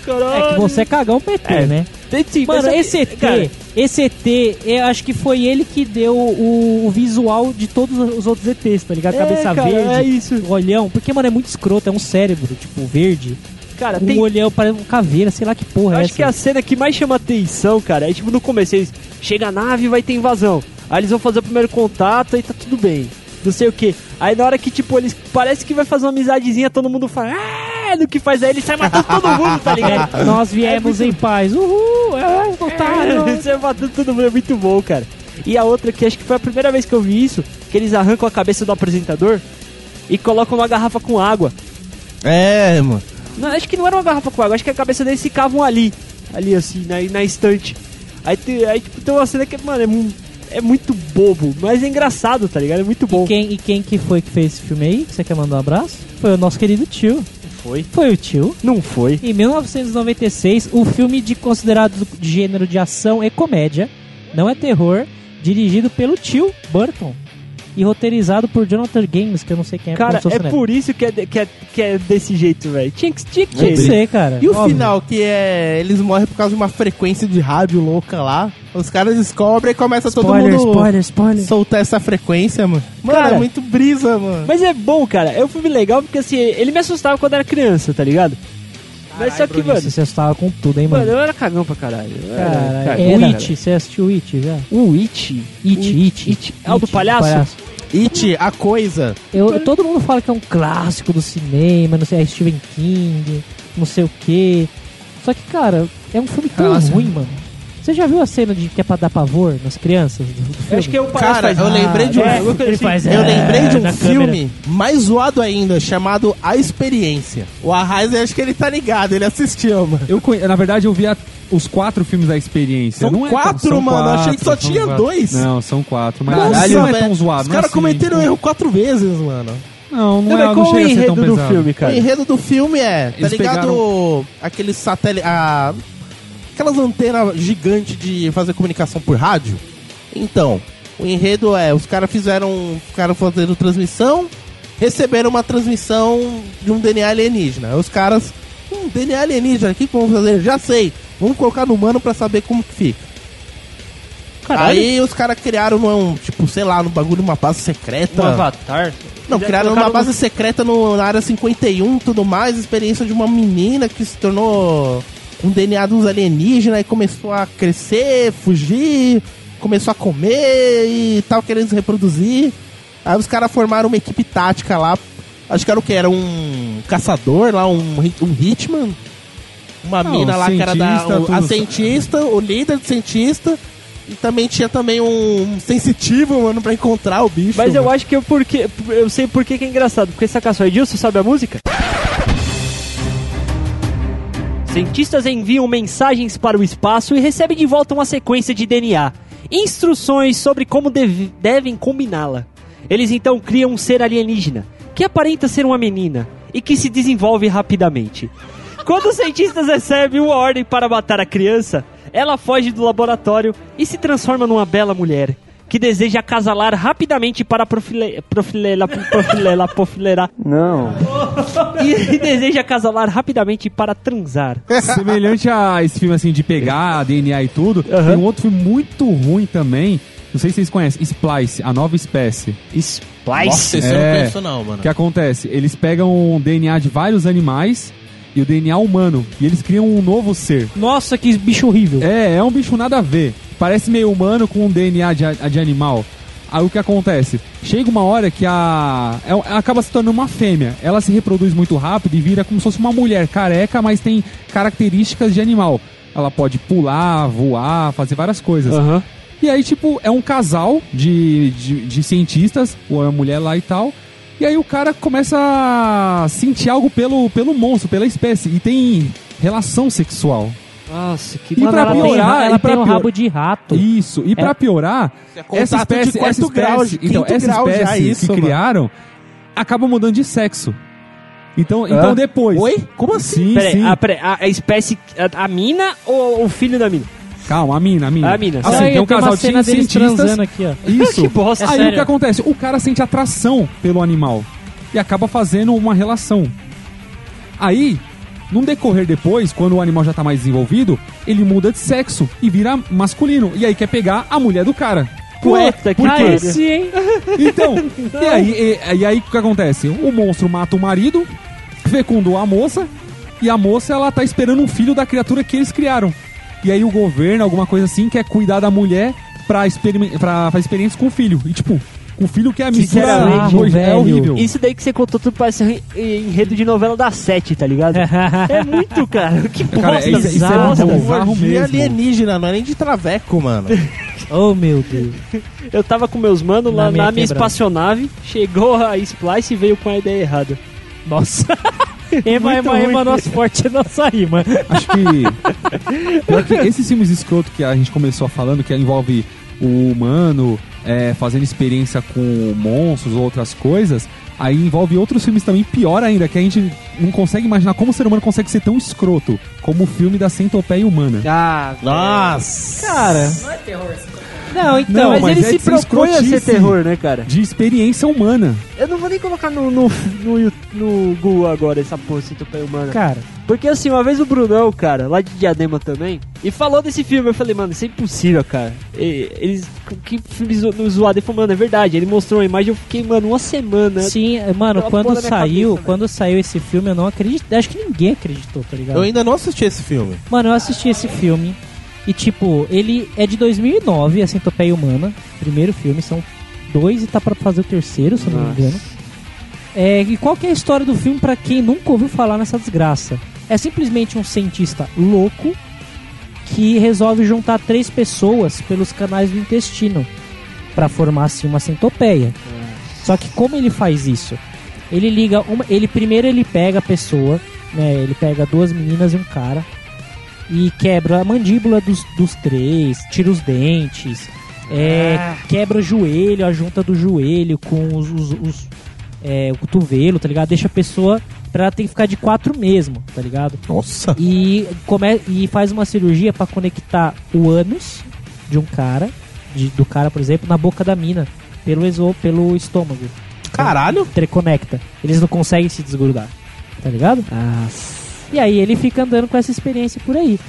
A: caralho.
B: É que você é cagão PT,
A: É.
B: né?
A: Tem sim,
B: Mano,
A: mas-
B: esse ET,
A: cara,
B: esse ET, eu acho que foi ele que deu o, o visual de todos os outros ETs, tá ligado?
A: é,
B: Cabeça
A: cara, É
B: verde,
A: isso.
B: olhão. Porque, mano, é muito escroto, é um cérebro, tipo, verde.
A: Cara,
B: Um
A: tem
B: olhão parece uma caveira, sei lá que porra
A: Eu
B: é
A: acho
B: essa.
A: que a cena que mais chama atenção, cara, é tipo no começo, eles chega a nave e vai ter invasão. Aí eles vão fazer o primeiro contato e tá tudo bem. Não sei o que. Aí na hora que, tipo, eles parece que vai fazer uma amizadezinha, todo mundo fala. Ah! No que faz aí, ele sai matando todo mundo, tá ligado?
B: É, Nós viemos em paz, uhul, é, voltaram.
A: Ele sai matando todo mundo, é muito bom, cara. E a outra que acho que foi a primeira vez que eu vi isso, que eles arrancam a cabeça do apresentador e colocam uma garrafa com água.
C: É, mano.
A: Não, acho que não era uma garrafa com água, acho que a cabeça deles ficavam ali. Ali, assim, na, na estante. Aí, tem- aí, tipo, tem uma cena que, mano, é, mu- é muito bobo, mas é engraçado, tá ligado? É muito bom.
B: E quem, e quem que foi que fez esse filme aí? Que você quer mandar um abraço? Foi o nosso querido tio.
A: Foi?
B: Foi o tio.
A: Não foi.
B: Em 1996, o filme de considerado de gênero de ação e comédia, não é terror, dirigido pelo tio Burton e roteirizado por Jonathan Games, que eu não sei quem é.
A: Cara,
B: porque eu não
A: é
B: sou cinema.
A: por isso que é, de- que é, que é desse jeito, velho. Tinha que, tinha que
B: Tinha que
A: ter.
B: ser, cara.
C: E o
B: Óbvio.
C: final, que é. Eles morrem por causa de uma frequência de rádio louca lá. Os caras descobrem e começa todo
B: Spoiler,
C: mundo
B: spoiler, spoiler.
C: soltar essa frequência, mano. Mano,
A: Cara,
C: é muito brisa, mano.
A: Mas é bom, cara. É um filme legal porque, assim, ele me assustava quando era criança, tá ligado? mas só que,
B: Bruninho,
A: mano,
B: Você assustava com tudo,
C: é
B: hein, mano?
A: mano, eu era cagão pra caralho. Eu era-
B: Cara,
A: cara,
B: é
A: eu era-
B: It, você assistiu It já?
C: Um
A: O It?
B: It, It.
A: It. É o do palhaço?
C: It, a coisa.
B: Eu, eu- todo mundo fala que é um clássico do cinema, não sei, é Stephen King, não sei o quê. Só que, cara, é um filme tão
C: Clássico.
B: ruim, mano. Você já viu a cena de que é pra dar pavor nas crianças? do- do
A: Eu
B: filme?
A: acho que é o palhaço.
C: Cara,
A: faz-
C: eu lembrei de um.
A: É, alguma coisa
B: Ele
A: assim.
B: faz,
C: Eu
B: é,
C: lembrei de um
B: na câmera.
C: filme mais zoado ainda, chamado A Experiência. O Arraiz, acho que ele tá ligado, ele assistiu, mano.
D: Eu, conhe- na verdade, eu vi a- os quatro filmes da experiência.
C: São
D: não é tão-
C: quatro,
D: são
C: mano,
D: quatro,
C: achei que só
D: são
C: tinha
D: quatro.
C: dois.
D: Não, são quatro. Mas
C: Nossa,
D: ali não é
C: velho,
D: tão zoado.
C: Os
D: não é
C: caras
D: assim,
C: cometeram
D: tipo,
C: erro quatro vezes, mano.
D: Não, não,
A: Não, mas
D: é, não
A: qual o
D: chega a ser
A: enredo
D: tão
A: do
D: pesado.
A: filme, cara?
C: O enredo do filme é, tá
D: Eles
C: ligado? Aqueles satélites. a- Aquelas antenas gigantes de fazer comunicação por rádio. Então, o enredo é, os caras fizeram. Ficaram fazendo transmissão, receberam uma transmissão de um DNA alienígena. Aí os caras. Hum, DNA alienígena, o que que vamos fazer? Já sei. Vamos colocar no humano pra saber como que fica.
A: Caralho.
C: Aí os caras criaram um, tipo, sei lá, num bagulho, uma base secreta.
A: Um avatar?
C: Tá. Não,
A: Já
C: criaram uma
A: colocaram
C: base secreta no, na área 51 tudo mais, experiência de uma menina que se tornou um DNA dos alienígenas e começou a crescer, fugir, começou a comer e tal, querendo se reproduzir. Aí os caras formaram uma equipe tática lá. Acho que era o que? Era um caçador lá, um, hit- um Hitman.
A: Ah,
C: Uma
D: Não,
A: um
C: mina lá que era da.
D: cientista,
C: o- a
D: tudo.
C: cientista, o líder de cientista. E também tinha também um, um sensitivo, mano, pra encontrar o bicho.
A: Mas
C: mano.
A: eu acho que eu porque eu sei por que que é engraçado, porque sacação Edilson sabe a música? Cientistas enviam mensagens para o espaço e recebem de volta uma sequência de DNA, instruções sobre como dev- devem combiná-la. Eles então criam um ser alienígena, que aparenta ser uma menina e que se desenvolve rapidamente. Quando os cientistas recebem uma ordem para matar a criança, ela foge do laboratório e se transforma numa bela mulher, que deseja acasalar rapidamente para profile, profilela, profilela, profileirar. Não. E, e deseja acasalar rapidamente para transar.
D: Semelhante a esse filme assim de pegar DNA e tudo, tem um outro filme muito ruim também. Não sei se vocês conhecem, Splice, a nova espécie.
C: Nossa,
A: Splice.
C: esse eu não
D: É.
C: conheço não,
D: O
C: mano.
D: que acontece? Eles pegam o DNA de vários animais e o DNA humano e eles criam um novo ser.
B: Nossa, que bicho horrível.
D: É, é um bicho nada a ver. Parece meio humano com um DNA de, a- de animal. Aí o que acontece? Chega uma hora que a. é um- acaba se tornando uma fêmea. Ela se reproduz muito rápido e vira como se fosse uma mulher careca, mas tem características de animal. Ela pode pular, voar, fazer várias coisas.
A: Aham.
D: E aí, tipo, é um casal de, de, de cientistas, é uma mulher lá e tal. E aí o cara começa a sentir algo pelo, pelo monstro, pela espécie. E tem relação sexual.
A: Nossa, que
D: E pra
B: ela tem,
D: piorar,
B: ra-
D: e
B: ela
D: pra
B: tem um
D: pior-
B: rabo de rato.
D: Isso. E pra piorar,
C: é contato
D: essa
C: de
D: espécie,
C: quarto
D: essa espécie,
C: grau, de
D: então,
C: quinto
D: essa
C: grau já, é
D: espécie
C: isso,
D: que
C: mano.
D: criaram acaba mudando de sexo. Então, então depois.
C: Oi?
D: Como assim? Sim,
A: Peraí,
D: sim.
A: A, peraí, a- a espécie. A, a mina ou o filho da mina?
D: Calma, a mina, a mina.
A: A mina,
D: Assim,
A: certo.
D: tem um casal
B: uma
D: de
B: cena deles
D: cientistas.
B: transando aqui, ó.
D: Isso.
A: Que bosta.
D: Aí o
B: sério.
D: que acontece? O cara sente atração pelo animal e acaba fazendo uma relação. Aí, num decorrer depois, quando o animal já tá mais desenvolvido, ele muda de sexo e vira masculino. E aí quer pegar a mulher do cara. Ué,
A: Puta que
D: por quê?
A: pariu.
B: Esse, hein?
D: Então, e aí, e- e aí o que acontece? O monstro mata o marido, fecundou a moça, e a moça ela tá esperando um filho da criatura que eles criaram. E aí o governo, alguma coisa assim, quer cuidar da mulher pra, experimen- pra fazer experiências com o filho. E tipo, com o filho que é a mistura
B: Sinceramente,
D: hoje é
B: velho.
D: horrível.
A: Isso daí que você contou tudo parece um enredo de novela da sete, tá ligado? é muito, cara. Que bosta,
D: Cara, isso, isso é
A: bizarro,
D: muito
A: velho.
D: bizarro
C: E
D: mesmo.
C: alienígena, não é nem de traveco, mano.
B: Oh, meu Deus.
A: Eu tava com meus manos lá na
B: Na minha
A: minha,
B: quebrada.
A: espaçonave, chegou a Splice e veio com a ideia errada.
B: Nossa. Ema,
A: Muito
B: Ema, Ema,
A: ruim.
B: nosso forte é nossa rima.
D: Acho que... Pior que esses filmes escroto que a gente começou falando, que envolve o humano é, fazendo experiência com monstros ou outras coisas, aí envolve outros filmes também pior ainda, que a gente não consegue imaginar como o ser humano consegue ser tão escroto como o filme da centopeia humana.
A: Ah,
C: Nossa.
B: Cara. Não, então.
D: Não,
A: mas,
D: mas
A: ele
D: é
A: se
D: de ser
A: propõe a ser
D: escrotice.
A: terror, né, cara?
D: De experiência humana.
A: Eu não vou nem colocar no, no, no, Yu- no Google agora essa porra de centopeia humana.
B: Cara,
A: Porque assim, uma vez o Brunão, cara, lá de Diadema também, e falou desse filme. Eu falei, mano, isso é impossível, cara. E- eles. Que filme zo- no zoado? Ele falou, mano, é verdade. Ele mostrou a imagem, eu fiquei, mano, uma semana.
B: sim, mano,
A: Pela
B: quando
A: porra da minha
B: saiu,
A: cabeça,
B: quando saiu esse filme, eu não acreditei. Acho que ninguém acreditou, tá ligado?
C: Eu ainda não assisti esse filme.
B: Mano, eu assisti esse filme e, tipo, ele é de 2009, A Centopeia Humana, primeiro filme, são dois e tá pra fazer o terceiro, se eu não me
A: Nossa.
B: engano. É, e qual que é a história do filme pra quem nunca ouviu falar nessa desgraça? É simplesmente um cientista louco que resolve juntar três pessoas pelos canais do intestino pra formar assim uma centopeia. Só que como ele faz isso? Ele liga uma, ele primeiro ele pega a pessoa, né? Ele pega duas meninas e um cara e quebra a mandíbula dos, dos três, tira os dentes, é, quebra o joelho, a junta do joelho com os, os- os, é, o cotovelo, tá ligado? Deixa a pessoa pra ela ter que ficar de quatro mesmo, tá ligado?
C: Nossa.
B: E, come, e faz uma cirurgia pra conectar o ânus de um cara, de- do cara, por exemplo, na boca da mina, pelo, exo, pelo estômago.
C: Caralho.
B: Treconecta. Eles não conseguem se desgrudar, tá ligado? E aí ele fica andando com essa experiência por aí.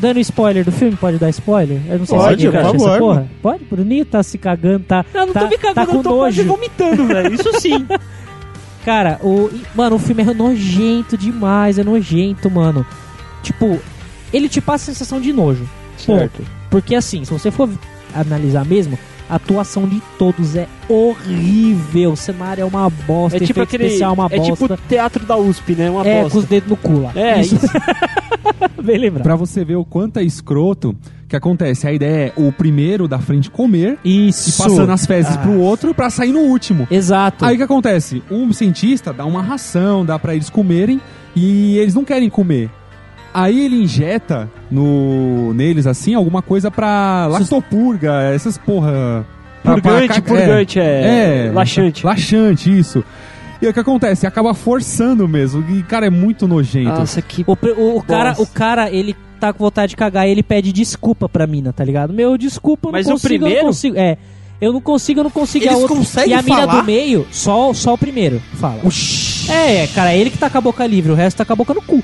B: Dando spoiler do filme, pode dar spoiler? Eu não sei
C: Pode,
B: se alguém
C: por
B: assiste essa
C: favor.
B: porra. Pode? Bruninho tá se cagando, tá.
A: Não, não
B: tá,
A: tô me cagando,
B: tá com
A: eu tô quase
B: nojo.
A: vomitando, velho. Isso é sim.
B: Cara, o. e, Mano, o filme é nojento demais, é nojento, mano. Tipo, ele te passa a sensação de nojo. Certo. Porque assim, se você for analisar mesmo, a atuação de todos é horrível. O cenário é uma bosta,
A: É tipo
B: efeito
A: aquele.
B: especial é uma
A: é tipo
B: bosta.
A: o teatro da USP, né? Uma
B: é, com
A: bosta.
B: os dedos no cu lá.
A: É, isso.
B: Bem lembrado.
D: Pra você ver o quanto é escroto que acontece. A ideia é o primeiro da frente comer
B: Isso.
D: e passando as fezes pro outro pra sair no último.
B: Exato.
D: Aí o que acontece? Um cientista dá uma ração, dá pra eles comerem e eles não querem comer. Aí ele injeta no neles assim alguma coisa pra lactopurga, essas porra pra-
A: Purgante,
D: pra- ca-
A: purgante, é.
D: é,
A: Laxante.
D: Laxante, isso. E aí o que acontece? Acaba forçando mesmo. E cara, é muito nojento.
A: Nossa, que.
B: O, pr- o, o cara,
A: Nossa.
B: o cara, ele tá com vontade de cagar e ele pede desculpa pra mina, tá ligado? Meu, desculpa, eu
A: Mas o
B: não consigo, eu
A: primeiro?
B: não consigo. É. Eu não consigo, eu não consigo. e a
C: Eles
B: outra-
C: conseguem
B: e a mina
C: falar?
B: do meio, só, só o primeiro fala. É, é, cara, ele que tá com a boca livre, o resto tá com a boca no cu.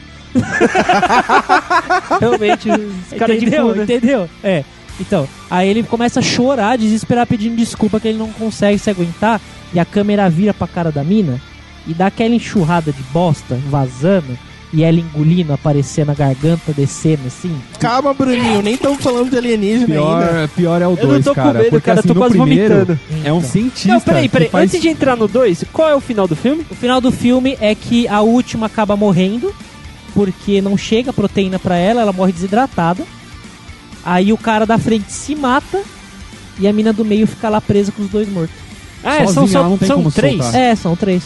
A: Realmente, os caras de
B: entendeu?
A: cu, né?
B: Entendeu? É. Então, aí ele começa a chorar, desesperar, pedindo desculpa que ele não consegue se aguentar. E a câmera vira pra cara da mina e dá aquela enxurrada de bosta vazando. E ela engolindo, aparecendo a garganta, descendo assim.
C: Calma, Bruninho, nem estamos falando de alienígena ainda.
D: Pior, pior é o
A: né? Eu não
D: 2,
A: tô com
D: cara.
A: medo,
D: porque
A: cara, eu
D: assim,
A: tô
D: no
A: quase
D: primeiro,
A: vomitando.
D: É um cientista.
A: Não, peraí, peraí.
D: que faz-
A: Antes de entrar no 2, qual é o final do filme?
B: O final do filme é que a última acaba morrendo, porque não chega proteína pra ela, ela morre desidratada. Aí o cara da frente se mata e a mina do meio fica lá presa com os dois mortos.
A: Ah, é, são
D: Sozinha,
A: só
D: ela não tem
A: são
D: como
A: três?
D: soltar.
B: É, são três.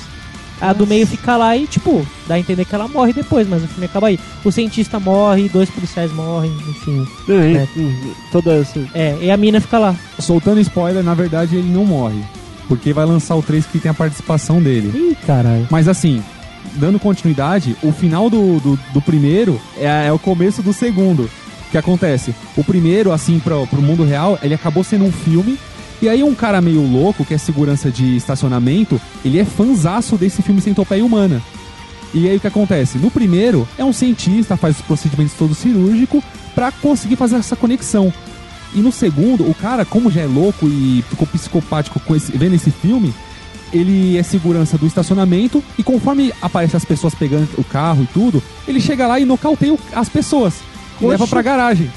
B: A do meio fica lá e, tipo, dá a entender que ela morre depois, mas o filme acaba aí. O cientista morre, dois policiais morrem, enfim.
A: É.
B: É.
A: Hum, Toda essa...
B: É, e a mina fica lá.
D: Soltando spoiler, na verdade ele não morre. Porque vai lançar o 3 que tem a participação dele.
B: Ih, caralho.
D: Mas assim, dando continuidade, o final do, do, do primeiro é, é o começo do segundo. O que acontece? O primeiro, assim, pro, pro mundo real, ele acabou sendo um filme. E aí um cara meio louco, que é segurança de estacionamento, ele é fanzaço desse filme Centopeia Humana. E aí o que acontece? No primeiro, é um cientista, faz os procedimentos todo cirúrgico pra conseguir fazer essa conexão. E no segundo, o cara, como já é louco e ficou psicopático com esse- vendo esse filme, ele é segurança do estacionamento e conforme aparecem as pessoas pegando o carro e tudo, ele chega lá e nocauteia o- as pessoas. E leva pra garagem.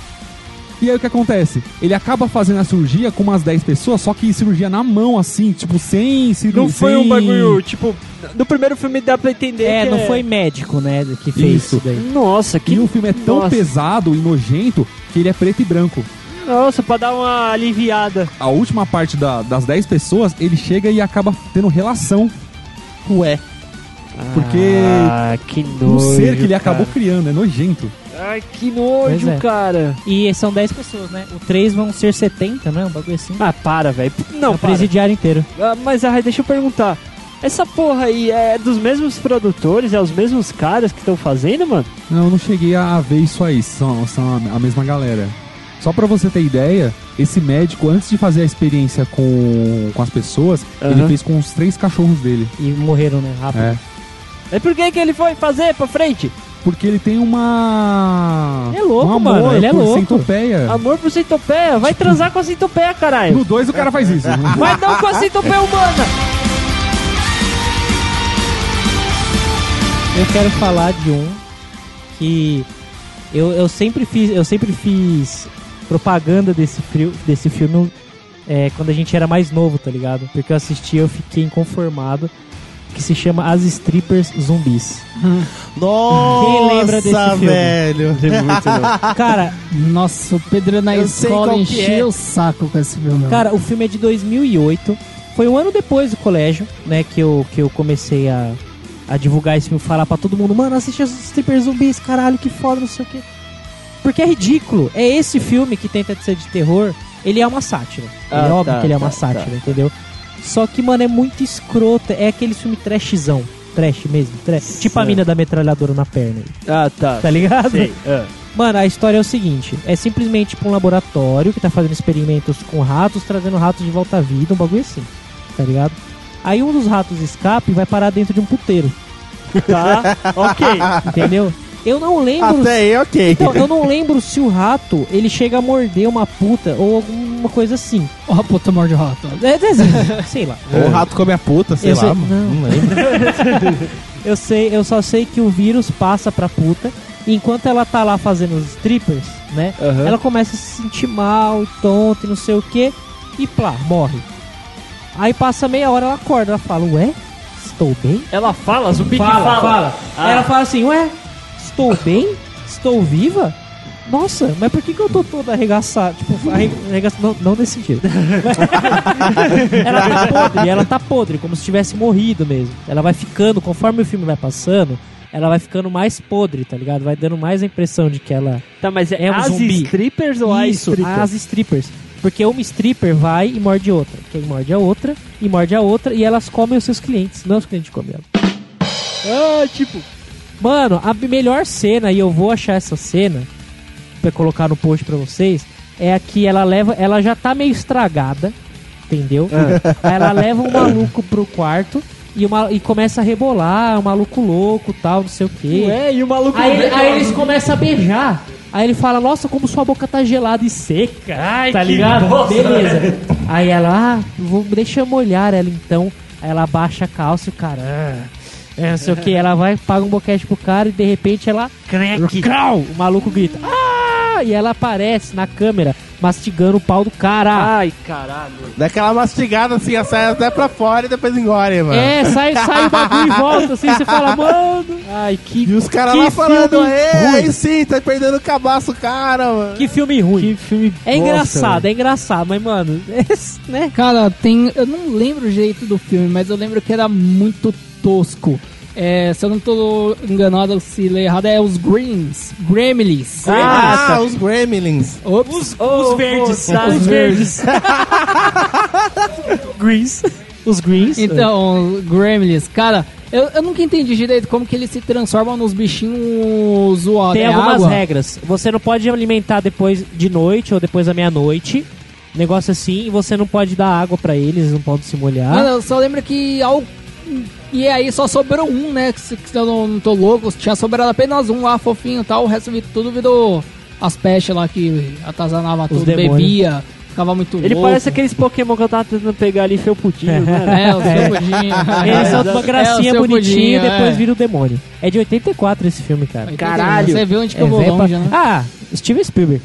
D: E aí o que acontece? Ele acaba fazendo a cirurgia com umas 10 pessoas, só que cirurgia na mão, assim, tipo, sem cirurgia.
A: Não foi um bagulho, tipo... No primeiro filme dá pra entender
B: É,
A: que
B: não foi médico, né, que fez
D: Isso.
B: isso, daí.
A: Nossa, que...
D: E o filme é tão
A: Nossa.
D: pesado e nojento que ele é preto e branco.
A: Nossa, pra dar uma aliviada.
D: A última parte da- das 10 pessoas, ele chega e acaba tendo relação.
C: Ué.
D: Porque
A: Ah, que nojo,
D: o ser que ele
A: cara.
D: acabou criando é nojento.
A: Ai, que nojo,
B: Pois é.
A: cara.
B: E são 10 pessoas, né? O 3 vão ser 70, né? Um bagulho assim.
A: Ah, para, velho. Não,
B: é o
A: para.
B: presidiário inteiro.
A: Ah, mas ah, deixa eu perguntar. Essa porra aí é dos mesmos produtores, é os mesmos caras que estão fazendo, mano?
D: Não, eu não cheguei a ver isso aí, são, são a- a mesma galera. Só pra você ter ideia, esse médico, antes de fazer a experiência com, com as pessoas, ele
A: Aham.
D: fez com os três cachorros dele.
B: E morreram, né? Rápido.
D: É.
A: Mas por que que ele foi fazer pra frente?
D: Porque ele tem uma.
B: É louco,
D: um amor
B: mano, ele é
D: por
B: louco.
D: centopeia.
A: Amor pro centopeia, vai transar com a centopeia, caralho.
D: No dois o cara faz isso.
A: Vai não com a centopeia humana.
B: Eu quero falar de um que eu, eu sempre fiz, eu sempre fiz propaganda desse, frio, desse filme é, quando a gente era mais novo, tá ligado? Porque eu assisti, eu fiquei inconformado que se chama As Strippers Zumbis.
C: Nossa,
B: lembra desse filme?
C: velho.
B: Cara,
E: Nossa, o Pedro na
C: Eu sei
E: escola
C: qual que é.
E: encheu o saco com esse filme.
B: cara, o filme é de 2008. Foi um ano depois do colégio, né, que eu, que eu comecei a, a divulgar esse filme, falar pra todo mundo, mano, assiste As Strippers Zumbis, caralho, que foda, não sei o quê. Porque é ridículo. É esse filme que tenta ser de terror. Ele é uma sátira.
A: Ah,
B: é óbvio
A: tá,
B: que ele é uma
A: tá,
B: sátira, entendeu? Só que, mano, é muito escroto. É aquele filme trashzão. Trash mesmo, trash. Tipo a mina da metralhadora na perna.
A: Ah, tá.
B: Tá ligado?
A: Sei. ah.
B: Mano, a história é o seguinte: é simplesmente tipo, um laboratório que tá fazendo experimentos com ratos, trazendo ratos de volta à vida, um bagulho assim, tá ligado? Aí um dos ratos escapa e vai parar dentro de um puteiro,
A: Tá, ok.
B: entendeu? Eu não lembro
C: Até aí, ok.
B: então, eu não lembro se o rato ele chega a morder uma puta ou alguma coisa assim.
E: Ó, a puta morde o rato.
B: É, é, é, sei lá.
D: um
C: O rato come a puta, sei
B: Eu
C: lá,
B: sei-
C: mano.
B: não.
D: Hum.
C: Não lembro.
B: Eu sei, eu só sei que o vírus passa pra puta. E enquanto ela tá lá fazendo os strippers, né?
A: Aham.
B: Ela começa a se sentir mal, tonta e não sei o que. E plá, morre. Aí passa meia hora, ela acorda, ela fala, ué? Estou bem?
A: Ela fala, zumbi que
B: fala, fala.
A: Ah.
B: Aí ela fala assim, ué, estou bem? Estou viva? Nossa, mas por que, que eu tô toda arregaçada? Tipo, arre- arregaçada, não, não nesse sentido. ela tá podre, ela tá podre, como se tivesse morrido mesmo. Ela vai ficando, conforme o filme vai passando, ela vai ficando mais podre, tá ligado? Vai dando mais a impressão de que ela...
A: Tá, mas é,
B: É um
A: as
B: zumbi.
A: strippers ou as
B: Isso,
A: strippers?
B: as strippers. Porque uma stripper vai e morde outra. Quem morde a outra, e morde a outra, e elas comem os seus clientes. Não os clientes comem ela.
A: Ah, tipo...
B: Mano, a melhor cena, e eu vou achar essa cena, pra colocar no post pra vocês, é a que ela leva. Ela já tá meio estragada, entendeu? Aí ela leva um maluco pro quarto e, uma, e começa a rebolar, é um maluco louco tal, não sei o quê.
A: Ué, é, e o maluco.
B: Aí, ele- aí eles começam a beijar. Aí ele fala, nossa, como sua boca tá gelada e seca. tá ligado? Beleza. Aí ela, ah, vou, deixa eu molhar ela então. Aí ela baixa a calça e o cara. "Ah, é, não sei o que. Ela vai, paga um boquete pro cara e de repente ela. Crau! O maluco grita. Ah! E ela aparece na câmera, mastigando o pau do cara.
A: Ai, caralho.
C: Dá aquela mastigada assim, a saia até pra fora e depois engole, mano.
B: é, sai, sai o bagulho e volta assim, você fala, mano. Ai, que.
C: E os caras lá
B: que
C: falando,
B: filme
C: "É,
B: ruim."
C: aí sim, tá perdendo o cabaço, cara, mano.
B: Que filme ruim.
A: Que filme.
B: É engraçado, é engraçado, mas, mano, esse, né?
E: Cara, tem. Eu não lembro o jeito do filme, mas eu lembro que era muito tosco. É, se eu não tô enganado, se ler errado, é os Greens. Gremlins.
C: Ah, os Gremlins.
E: Ops.
B: Ah, os verdes, sabe? Os verdes. greens. Os greens.
E: Então, Gremlins, cara, eu, eu nunca entendi direito como que eles se transformam nos bichinhos zoados.
B: Tem
E: É
B: algumas
E: água?
B: regras. Você não pode alimentar depois de noite ou depois da meia-noite. Negócio assim, e você não pode dar água pra eles, não podem se molhar.
E: Mano, eu só lembro que ao... E aí só sobrou um, né? Que Se, que se eu não, não tô louco, tinha sobrado apenas um lá, fofinho e tal. O resto vi- tudo virou as pestes lá que atazanava tudo,
B: demônios.
E: bebia, ficava muito
A: Ele
E: louco.
A: parece aqueles Pokémon que eu tava tentando pegar ali, felpudinho, né?
E: É, o seu pudim.
B: Eles são uma
E: É, o
B: gracinha
E: seu pudim,
B: bonitinha e
E: é.
B: depois vira o demônio. É de 84 esse filme, cara.
A: Caralho.
E: Você viu onde que
B: É
E: eu vou
B: velho pra-
E: longe, né?
B: Ah, Steven Spielberg.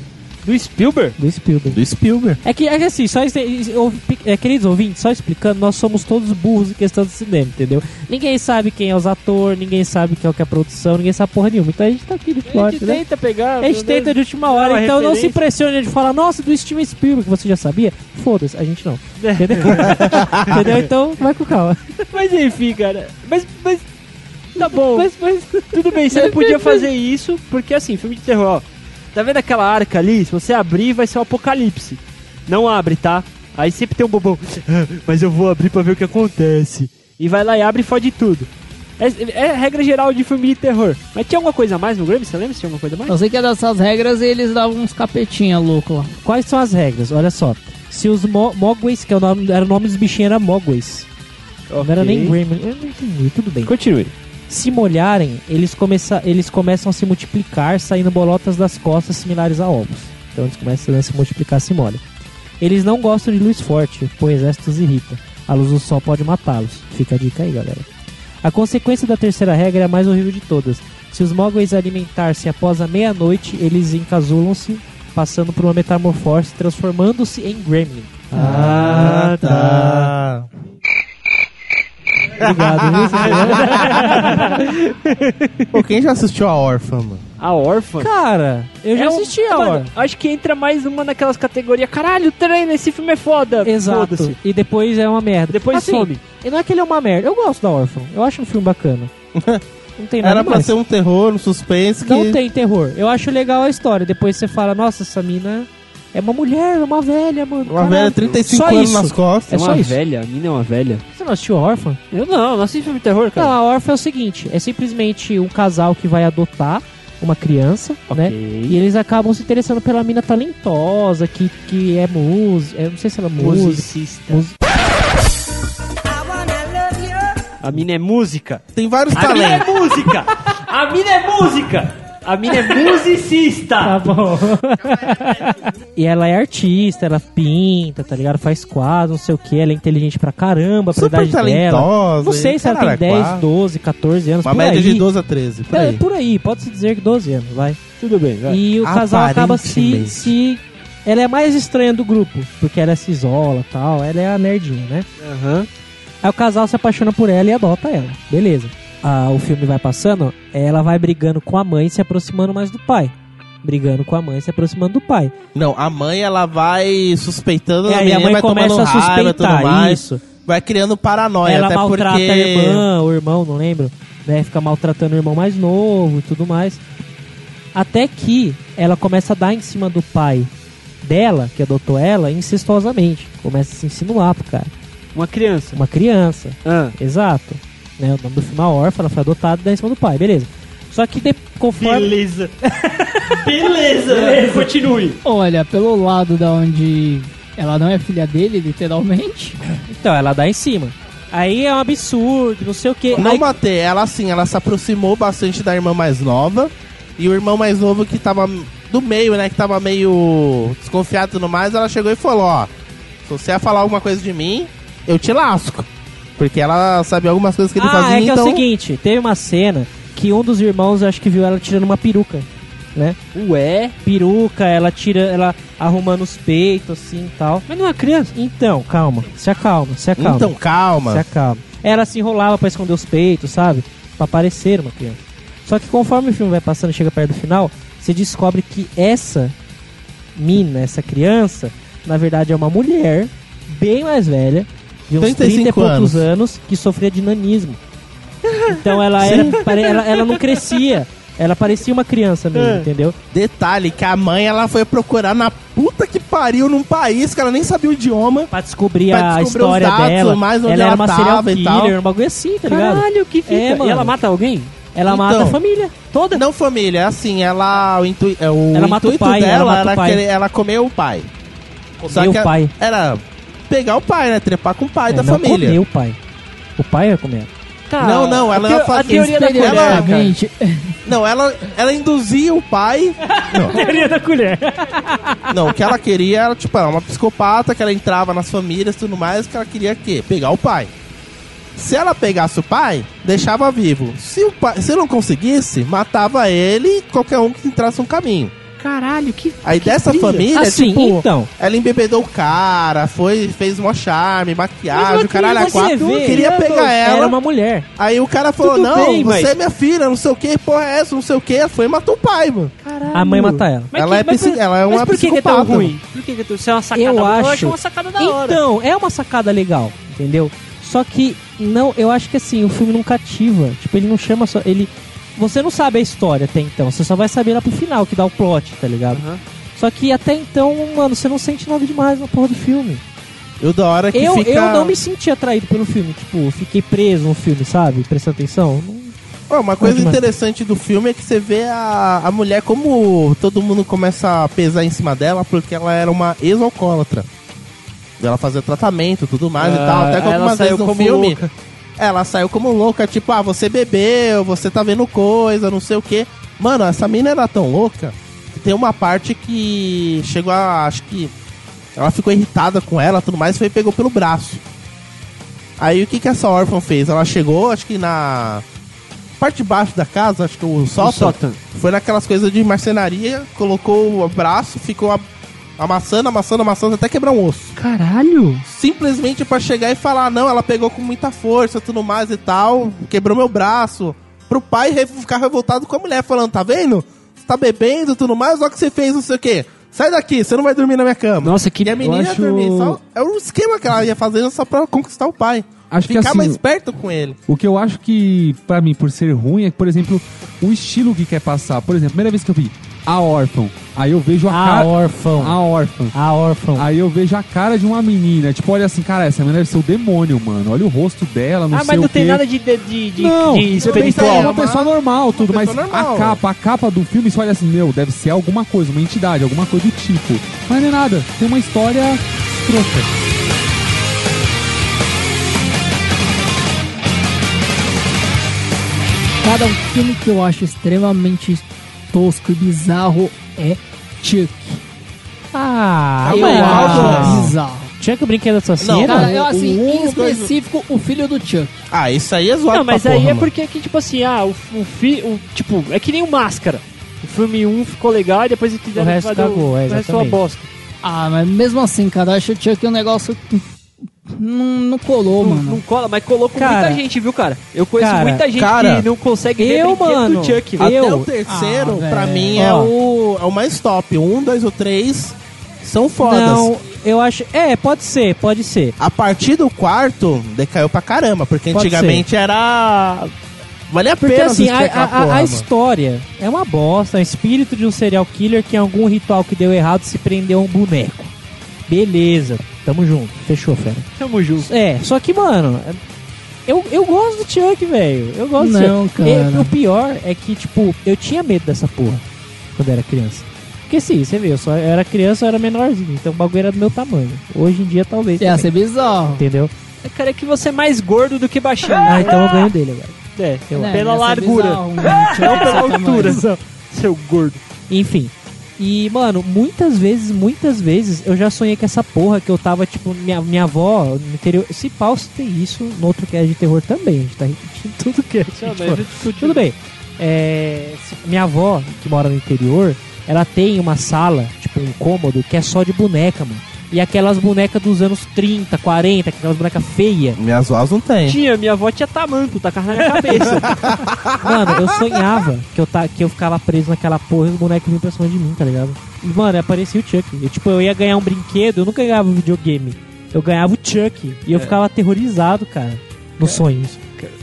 A: Do Spielberg?
B: Do Spielberg.
C: Do Spielberg.
B: É que, é que assim, só, isso- isso- ouvi- é, queridos ouvintes, só explicando, nós somos todos burros em questão de cinema, entendeu? Ninguém sabe quem é os atores, ninguém sabe quem é o que é a produção, ninguém sabe porra nenhuma. Então a gente tá aqui de
A: A
B: forte,
A: gente
B: né?
A: tenta pegar.
B: A gente tenta de última hora,
A: Não,
B: então não se
A: referência.
B: impressione de falar, nossa, do Steven Spielberg, você já sabia? Foda-se, a gente não.
A: É.
B: Entendeu? entendeu? Então vai com calma.
A: Mas enfim, cara. Mas. mas... Tá bom.
B: Mas, mas...
A: Tudo bem, você não podia fazer isso, porque assim, filme de terror, ó. Tá vendo aquela arca ali? Se você abrir, vai ser um apocalipse. Não abre, tá? Aí sempre tem um bobão. "Ah, Mas eu vou abrir pra ver o que acontece. E vai lá e abre e fode tudo. É, é regra geral de filme de terror. Mas tinha alguma coisa a mais no Grammy? Você lembra se tinha alguma coisa a mais?
E: Eu sei que é dessas regras e eles davam uns capetinha louco lá.
B: Quais são as regras? Olha só. Se os Mo Mogways, que é o nome, era o nome dos bichinhos, era Mogways. Não era nem Gremlin. Eu não entendi, tudo bem.
A: Continue.
B: Se molharem, eles, começa, eles começam a se multiplicar, saindo bolotas das costas similares a ovos. Então eles começam a se multiplicar se molham. Eles não gostam de luz forte, pois esta os irrita. A luz do sol pode matá-los. Fica a dica aí, galera. A consequência da terceira regra é a mais horrível de todas. Se os mogwais alimentar-se após a meia-noite, eles encasulam-se, passando por uma metamorfose, transformando-se em gremlin.
C: Ah, tá.
B: Obrigado, viu?
C: Pô, quem já assistiu a Órfã, mano?
A: A órfã.
B: Cara, eu já
A: É um-
B: assisti a
A: Mano,
B: hora.
A: Acho que entra mais uma naquelas categorias. Caralho, treina, esse filme é foda.
B: Exato.
A: Foda-se.
B: E depois é uma merda.
A: Depois
B: Assim,
A: some.
B: E não é que ele é uma merda. Eu gosto da Orphan. Eu acho um filme bacana. Não tem nada
C: Era pra
B: mais.
C: ser um terror, um suspense que...
B: Não tem terror. Eu acho legal a história. Depois você fala, nossa, essa mina é uma mulher, é uma velha, mano.
C: Uma
B: Caralho.
C: velha 35
B: Só
C: anos
B: isso.
C: nas
A: É
C: costas.
B: só
A: uma
B: isso.
A: velha, a mina é uma velha.
B: Você não assistiu a Orphan?
A: Eu não, não assisto filme de terror,
B: Não,
A: cara.
B: a Orphan é o seguinte. É simplesmente um casal que vai adotar uma criança, né? E eles acabam se interessando pela mina talentosa, que, que é música. Eu não sei se ela é música.
A: Musicista.
B: Mus-
F: I wanna love you.
A: A mina é música.
C: Tem vários
A: A mina
C: talentos.
A: é música. A mina é música. A mina é musicista.
B: Tá bom. e ela é artista, ela pinta, tá ligado? Faz quadros, não sei o que. Ela é inteligente pra caramba, pra
C: Super
B: idade dela.
C: talentosa.
B: Não sei
C: e
B: se ela tem
C: caralho,
B: 10,
C: quatro.
B: 12, 14 anos.
C: Uma
B: por
C: média
B: aí.
C: de 12 a 13, por
B: É,
C: aí. É.
B: por aí, pode-se dizer que 12 anos, vai.
A: Tudo bem, vai.
B: E o casal acaba se,
C: Aparentemente.
B: se. Ela é a mais estranha do grupo, porque ela se isola e tal, ela é a nerdinha, né?
A: Aham.
B: Aí o casal se apaixona por ela e adota ela. Beleza. Ah, o filme vai passando, ela vai brigando com a mãe, se aproximando mais do pai. Brigando com a mãe, se aproximando do pai.
C: Não, a mãe, ela vai suspeitando
B: É,
C: da
B: aí a
C: menina,
B: mãe
C: vai
B: começa
C: tomando
B: a
C: raiva e tudo
B: suspeitar
C: mais.
B: isso.
C: Vai criando paranoia,
B: ela
C: até
B: maltrata
C: porque...
B: a irmã, o irmão, não lembro. Né? Fica maltratando o irmão mais novo e tudo mais. Até que ela começa a dar em cima do pai dela, que adotou ela, incestuosamente. Começa a se insinuar pro cara.
A: Uma criança.
B: Uma criança.
A: Ah.
B: Exato. Né? O nome do filme é Órfã, ela foi adotada e dá em cima do pai, beleza. Só que de- conforme.
A: Beleza. Beleza,
B: É.
A: continue.
E: Olha, pelo lado da onde ela não é filha dele, literalmente.
B: Então, ela dá em cima. Aí é um absurdo, não sei o quê.
C: Não
B: Aí-
C: matei, ela assim, ela se aproximou bastante da irmã mais nova. E o irmão mais novo que tava do meio, né? Que tava meio desconfiado e tudo mais, ela chegou e falou, ó. Se você falar alguma coisa de mim, eu te lasco. Porque ela sabia algumas coisas que ele
B: ah,
C: fazia,
B: é que
C: então.
B: é o seguinte, teve uma cena que um dos irmãos acho que viu ela tirando uma peruca, né? Ué? Peruca, ela tira, ela arrumando os peitos assim, e tal. Mas não é criança. Então, calma, se acalma, se acalma.
C: Então,
B: Se
C: calma.
B: acalma. Ela se enrolava pra esconder os peitos, sabe? Pra parecer uma criança. Só que conforme o filme vai passando, chega perto do final, você descobre que essa mina, essa criança, na verdade é uma mulher bem mais velha, de uns
C: 35
B: 30 e poucos
C: anos.
B: anos, que sofria de nanismo. Então ela era, pare- ela, ela não crescia. Ela parecia uma criança mesmo, entendeu?
C: Detalhe que a mãe ela foi procurar na puta que pariu num país que ela nem sabia o idioma.
B: Pra descobrir
C: Pra
B: a
C: descobrir os
B: história
C: dados,
B: dela.
C: mais onde
B: ela era
C: ela
B: uma serial
C: tava e tal.
B: killer, um bagulho assim, tá ligado?
A: Caralho, que fita.
B: É,
A: e
B: mano.
A: ela mata alguém?
B: Ela mata
C: Então.
B: a família toda.
C: Não família, é assim, ela o, intui, é, o
B: Ela mata o
C: intuito
B: pai, ela
C: dela
B: mata o
C: era
B: pai.
C: que ele- ela comeu o pai.
B: Comeu
C: que
B: o pai.
C: era pegar o pai, né? Trepar com o pai
B: É,
C: da
B: não
C: família.
B: comeu o pai. O pai ia comer.
C: Não, não, ela
A: a
C: não
A: teo-
C: faz-
A: A teoria da colher.
C: Ela-
E: Estereotipamente,
C: Não, ela ela induzia o pai.
A: teoria da colher.
C: não, o que ela queria era tipo ela era uma psicopata que ela entrava nas famílias e tudo mais, que ela queria que pegar o pai. Se ela pegasse o pai, deixava vivo. Se o pai, se não conseguisse, matava ele e qualquer um que entrasse um caminho.
A: Caralho, que
C: Aí dessa família,
B: Assim,
C: tipo,
B: então.
C: Ela embebedou o cara, foi, fez mó charme,
B: ah,
C: maquiagem, o caralho a
B: Você
C: quatro.
B: vê,
C: Queria pegar ela.
B: Era uma mulher.
C: Aí o cara falou:
A: Tudo
C: Não,
A: bem,
C: você
A: mas-
C: é minha filha, não sei o que, porra é essa, não sei o que. Foi e matou o pai, mano.
A: caralho.
B: A mãe mata ela.
A: Mas
C: ela,
A: que-
C: é
A: mas-
C: psic- ela é uma
A: Mas por que, que é
C: psicopata.
A: tão ruim? Por que, que é tão... Isso é uma sacada
B: Eu
A: boa?
B: acho-
A: uma sacada da hora.
B: Então, é uma sacada legal, entendeu? Só que não, eu acho que assim, o filme não cativa. Tipo, ele não chama só. Ele. Você não sabe a história até então, você só vai saber lá pro final que dá o plot, tá ligado?
A: Aham.
B: Só que até então, mano, você não sente nada demais na porra do filme.
C: Eu da hora É que
B: Eu,
C: fica.
B: eu não me senti atraído pelo filme, tipo, fiquei preso no filme, sabe? Prestando atenção. Não-
C: Ó, uma coisa
B: Pode, mano.
C: interessante do filme é que você vê a, a mulher como todo mundo começa a pesar em cima dela, porque ela era uma ex-alcoólatra. Ela fazia tratamento tudo mais e tal. Até que
A: Ah, ela
C: algumas
A: saiu
C: vezes no
A: como
C: filme.
A: louca.
C: Ela saiu como louca, tipo, ah, você bebeu, você tá vendo coisa, não sei o quê. Mano, essa mina era tão louca que tem uma parte que chegou a. Acho que. Ela ficou irritada com ela tudo mais, foi e pegou pelo braço. Aí o que que essa órfã fez? Ela chegou, acho que na parte de baixo da casa, acho que o
A: O
C: sótão.
A: sótão.
C: Foi naquelas coisas de marcenaria, colocou o braço, ficou a- amassando, amassando, amassando até quebrar um osso.
A: Caralho.
C: Simplesmente pra chegar e falar, não, ela pegou com muita força, tudo mais e tal, quebrou meu braço. Pro pai re- ficar revoltado com a mulher, falando, tá vendo? Você tá bebendo, tudo mais, olha o que você fez, não sei o quê. Sai daqui, você não vai dormir na minha cama.
A: Nossa, que
C: e a menina
D: eu acho-
C: dormir, só, é o esquema que ela ia fazendo só pra conquistar o pai.
D: Acho que
C: ficar
D: assim,
C: mais perto com ele.
D: O que eu acho que, pra mim, por ser ruim, é, por exemplo, o estilo que quer passar. Por exemplo, a primeira vez que eu vi A Órfão, aí eu vejo a,
B: A
D: cara...
B: órfão.
D: A Órfão.
B: A órfão.
D: Aí eu vejo a cara de uma menina. Tipo, olha assim, cara, essa menina deve ser o demônio, mano. Olha o rosto dela, não
A: Ah,
D: sei
A: mas não
D: o quê.
A: tem nada de, de, de, de-
D: Não,
A: de
D: eu pensei, é
A: espiritual.
D: uma pessoa normal, tudo,
C: Uma
D: mas
C: pessoa normal.
D: a capa, a capa do filme, você olha assim, meu, deve ser alguma coisa, uma entidade, alguma coisa do tipo. Mas não é nada, tem uma história trouxa.
E: cada um filme que eu acho extremamente tosco e bizarro é Chuck.
B: Ah,
C: Eu
B: mas-
C: acho-
E: Bizarro.
B: Tinha que o brinquedo
C: Não,
B: assassino?
E: Cara, eu assim,
C: o um,
E: em
C: os dois-
E: específico, o filho do Chuck.
C: Ah, isso aí é zoado
A: Não, mas
C: pra
A: aí
C: porra,
A: é
C: mano.
A: porque que, tipo assim, ah, o, o, fi, o tipo, é que nem o Máscara. O filme 1 ficou legal e depois eles quiseram
B: O resto
A: fazer
B: cagou, é,
A: o resto é uma
B: exatamente.
A: bosta.
E: Ah, mas mesmo assim, cara, eu acho o Chuck um negócio que não, não colou,
A: Não,
E: mano.
A: não cola, mas colou com
B: Cara.
A: muita gente, viu, cara? Eu conheço
B: Cara,
A: muita gente
C: cara.
A: que não consegue
B: Eu,
A: ver brinquedo
B: mano.
A: do Chuck, velho.
C: Até
B: Eu-
C: o terceiro,
E: Ah,
C: pra
E: velho.
C: mim,
B: Ó.
C: é o, é o mais top. Um, dois ou três são fodas.
B: Não, eu acho. É, pode ser, pode ser.
C: A partir do quarto, decaiu pra caramba, porque
B: Pode
C: antigamente era. Valia a
B: Porque
C: pena
B: assim, a,
E: é
C: assistir aquela
B: a- a-
C: porra,
B: a
C: mano.
B: história é uma bosta. É o espírito de um serial killer que em algum ritual que deu errado se prendeu a um boneco. Beleza, tamo junto. Fechou, fera.
A: Tamo junto.
B: É, só que, mano, eu, eu gosto do Chuck, velho. Eu gosto do
E: Não,
B: Chuck.
E: cara.
B: E o pior é que, tipo, eu tinha medo dessa porra. quando era criança. Porque sim, você vê, eu, só, eu era criança, eu era menorzinho, então o bagulho era do meu tamanho. Hoje em dia talvez.
E: Ia
B: também,
E: ser bizarro.
B: Entendeu?
A: É, Cara, é que você é mais gordo do que baixinho.
B: Ah, então eu ganho dele agora.
A: É,
B: eu
E: Né,
A: pela
E: ia ser
A: largura.
E: bizarro, um tio
A: Não
E: desse
A: pela
E: tamanho.
A: altura. Seu gordo.
B: Enfim. E, mano, muitas vezes, muitas vezes eu já sonhei com essa porra que eu tava, tipo, minha, minha avó no interior. Se pau, se tem isso no outro cast de terror também. A gente tá repetindo tudo que a gente falou. Tudo bem. É, se- minha avó, que mora no interior, ela tem uma sala, tipo, um cômodo, que é só de boneca, mano. E aquelas bonecas dos anos 30, 40, aquelas bonecas feias.
C: Minhas vozes não tem.
A: Tinha, minha avó tinha tamanco, tá na minha cabeça.
B: Mano, eu sonhava que eu, ta- que eu ficava preso naquela porra e os bonecos vinham pra cima de mim, tá ligado? E, mano, aparecia o Chuck. Eu, tipo, eu ia ganhar um brinquedo, eu nunca ganhava um videogame. Eu ganhava o Chuck.
C: É.
B: E eu ficava aterrorizado, cara, nos sonhos.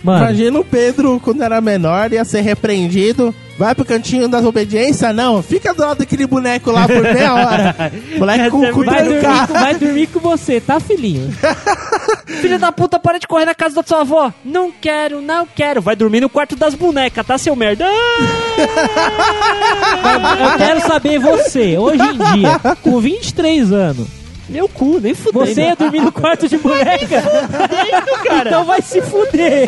B: Mano,
C: Imagina o Pedro quando era menor, ia ser repreendido. Vai pro cantinho da obediência? Não, fica do lado daquele boneco lá por meia hora. Moleque com o cu
B: vai, dormir com,
C: trancado.
B: vai dormir com você, tá, filhinho?
A: Filha da puta, para de correr na casa da sua avó. Não quero, não quero. Vai dormir no quarto das bonecas, tá, seu merda?
B: Eu quero saber você, hoje em dia, com 23 anos,
A: Meu cu, nem né? fudeu.
B: você ia dormir no quarto de boneca? Então vai se fuder.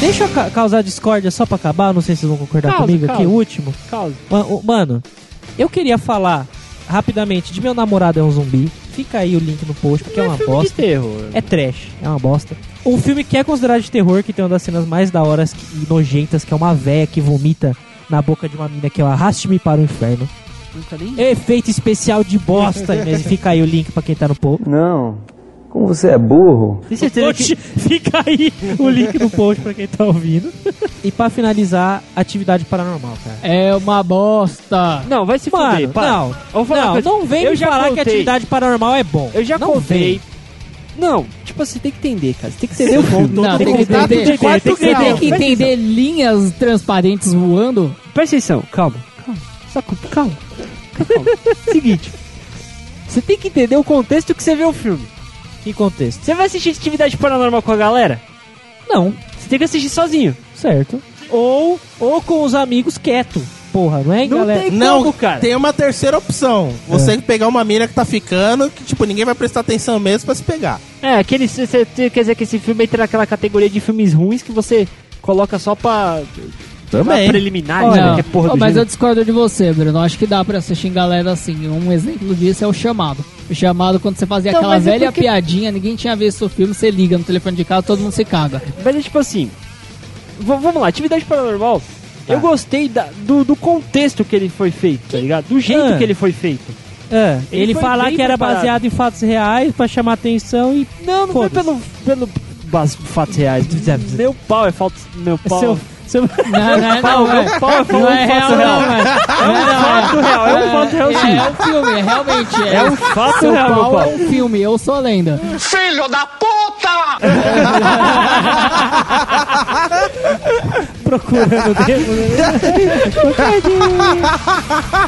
B: Deixa eu ca- causar discórdia só pra acabar, não sei se vocês vão concordar
A: Causa,
B: comigo aqui,
A: causa.
B: o último.
A: Causa.
B: Ma- o- Mano, eu queria falar rapidamente de meu namorado é um zumbi. Fica aí o link no post, porque é uma bosta.
A: terror.
B: É trash, é uma bosta. Um filme que é considerado de terror, que tem uma das cenas mais da hora e nojentas, que é uma véia que vomita na boca de uma mina que é o Arraste-me para o Inferno. Efeito especial de bosta, Inês. Fica aí o link pra quem tá no post.
H: Não. Como você é burro.
A: Tem certeza que...
B: Fica aí o link no post pra quem tá ouvindo. E pra finalizar, atividade paranormal, cara.
E: É uma bosta.
A: Não, vai se
B: Mano,
A: fuder, para.
B: não.
A: Eu vou falar uma
B: Não,
A: coisa.
B: não vem
A: Eu
B: me
A: já
B: falar que
A: contei.
B: atividade paranormal é bom.
A: Eu já
B: não
A: contei.
B: Vem.
A: Não, tipo assim, tem que entender, cara. Você tem que entender o filme.
E: Não, tem que
C: contato
E: entender,
C: de quarto
E: tem que
C: grau.
E: entender, que entender linhas transparentes voando.
A: Presta atenção, calma. Calma. Saco, calma. calma. Seguinte. Você tem que entender o contexto que você vê o filme.
B: Que contexto?
A: Você vai assistir atividade paranormal com a galera?
B: Não,
A: Você tem que assistir sozinho.
B: certo. Ou, ou com os amigos quieto. Porra, não é,
A: Não
B: galera?
A: tem
C: Não,
A: como, cara.
C: tem uma terceira opção. Você
B: É.
C: pegar uma mina que tá ficando, que tipo, ninguém vai prestar atenção mesmo pra se pegar.
A: É, aquele, cê- cê- cê- quer dizer que esse filme entra naquela categoria de filmes ruins que você coloca só pra, pra
C: Também.
A: preliminares,
E: Olha,
A: qualquer é porra
E: oh,
A: do
E: mas eu
A: gênero.
E: discordo de você, Bruno. Acho que dá pra assistir em galera assim. Um exemplo disso é o chamado. O chamado, quando você fazia
A: Então,
E: aquela
A: mas é
E: velha
A: porque-
E: piadinha, ninguém tinha visto o filme, você liga no telefone de casa, todo mundo se caga.
A: Mas é tipo assim, v- vamos lá, Atividade Paranormal, eu gostei da- do, do contexto que ele foi feito, tá ligado? Do jeito
B: Ah.
A: que ele foi feito.
B: É,
A: Ele
B: ele,
A: foi
B: falar
A: bem
B: que era
A: preparado.
B: baseado em fatos reais pra chamar atenção e.
A: Não, não foi
B: Foda-se.
A: pelo, pelo bas- fatos reais. meu pau é fato... Meu pau...
B: Seu, seu-
E: Não, não, é-
A: Pau,
E: não, é-
A: meu pau é fato
E: não é real,
A: fato
E: não,
A: real.
E: mano. Não
A: É um
E: é-
A: fato real, é um fato real
E: É, é
A: sim.
E: um filme, realmente. É,
A: É um fato
E: Seu
A: real, meu
E: pau é
A: pau.
E: um filme, eu sou a lenda.
B: procurando o dedo,
E: né?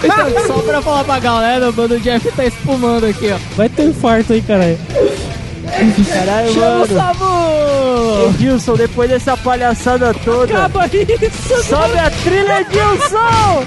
E: Então, só pra falar pra galera, o bando Jeff tá espumando aqui, ó.
B: vai ter um infarto aí, caralho.
A: Caralho, mano. Edilson, depois dessa palhaçada toda...
B: Acaba isso!
A: Sobe a trilha, Edilson!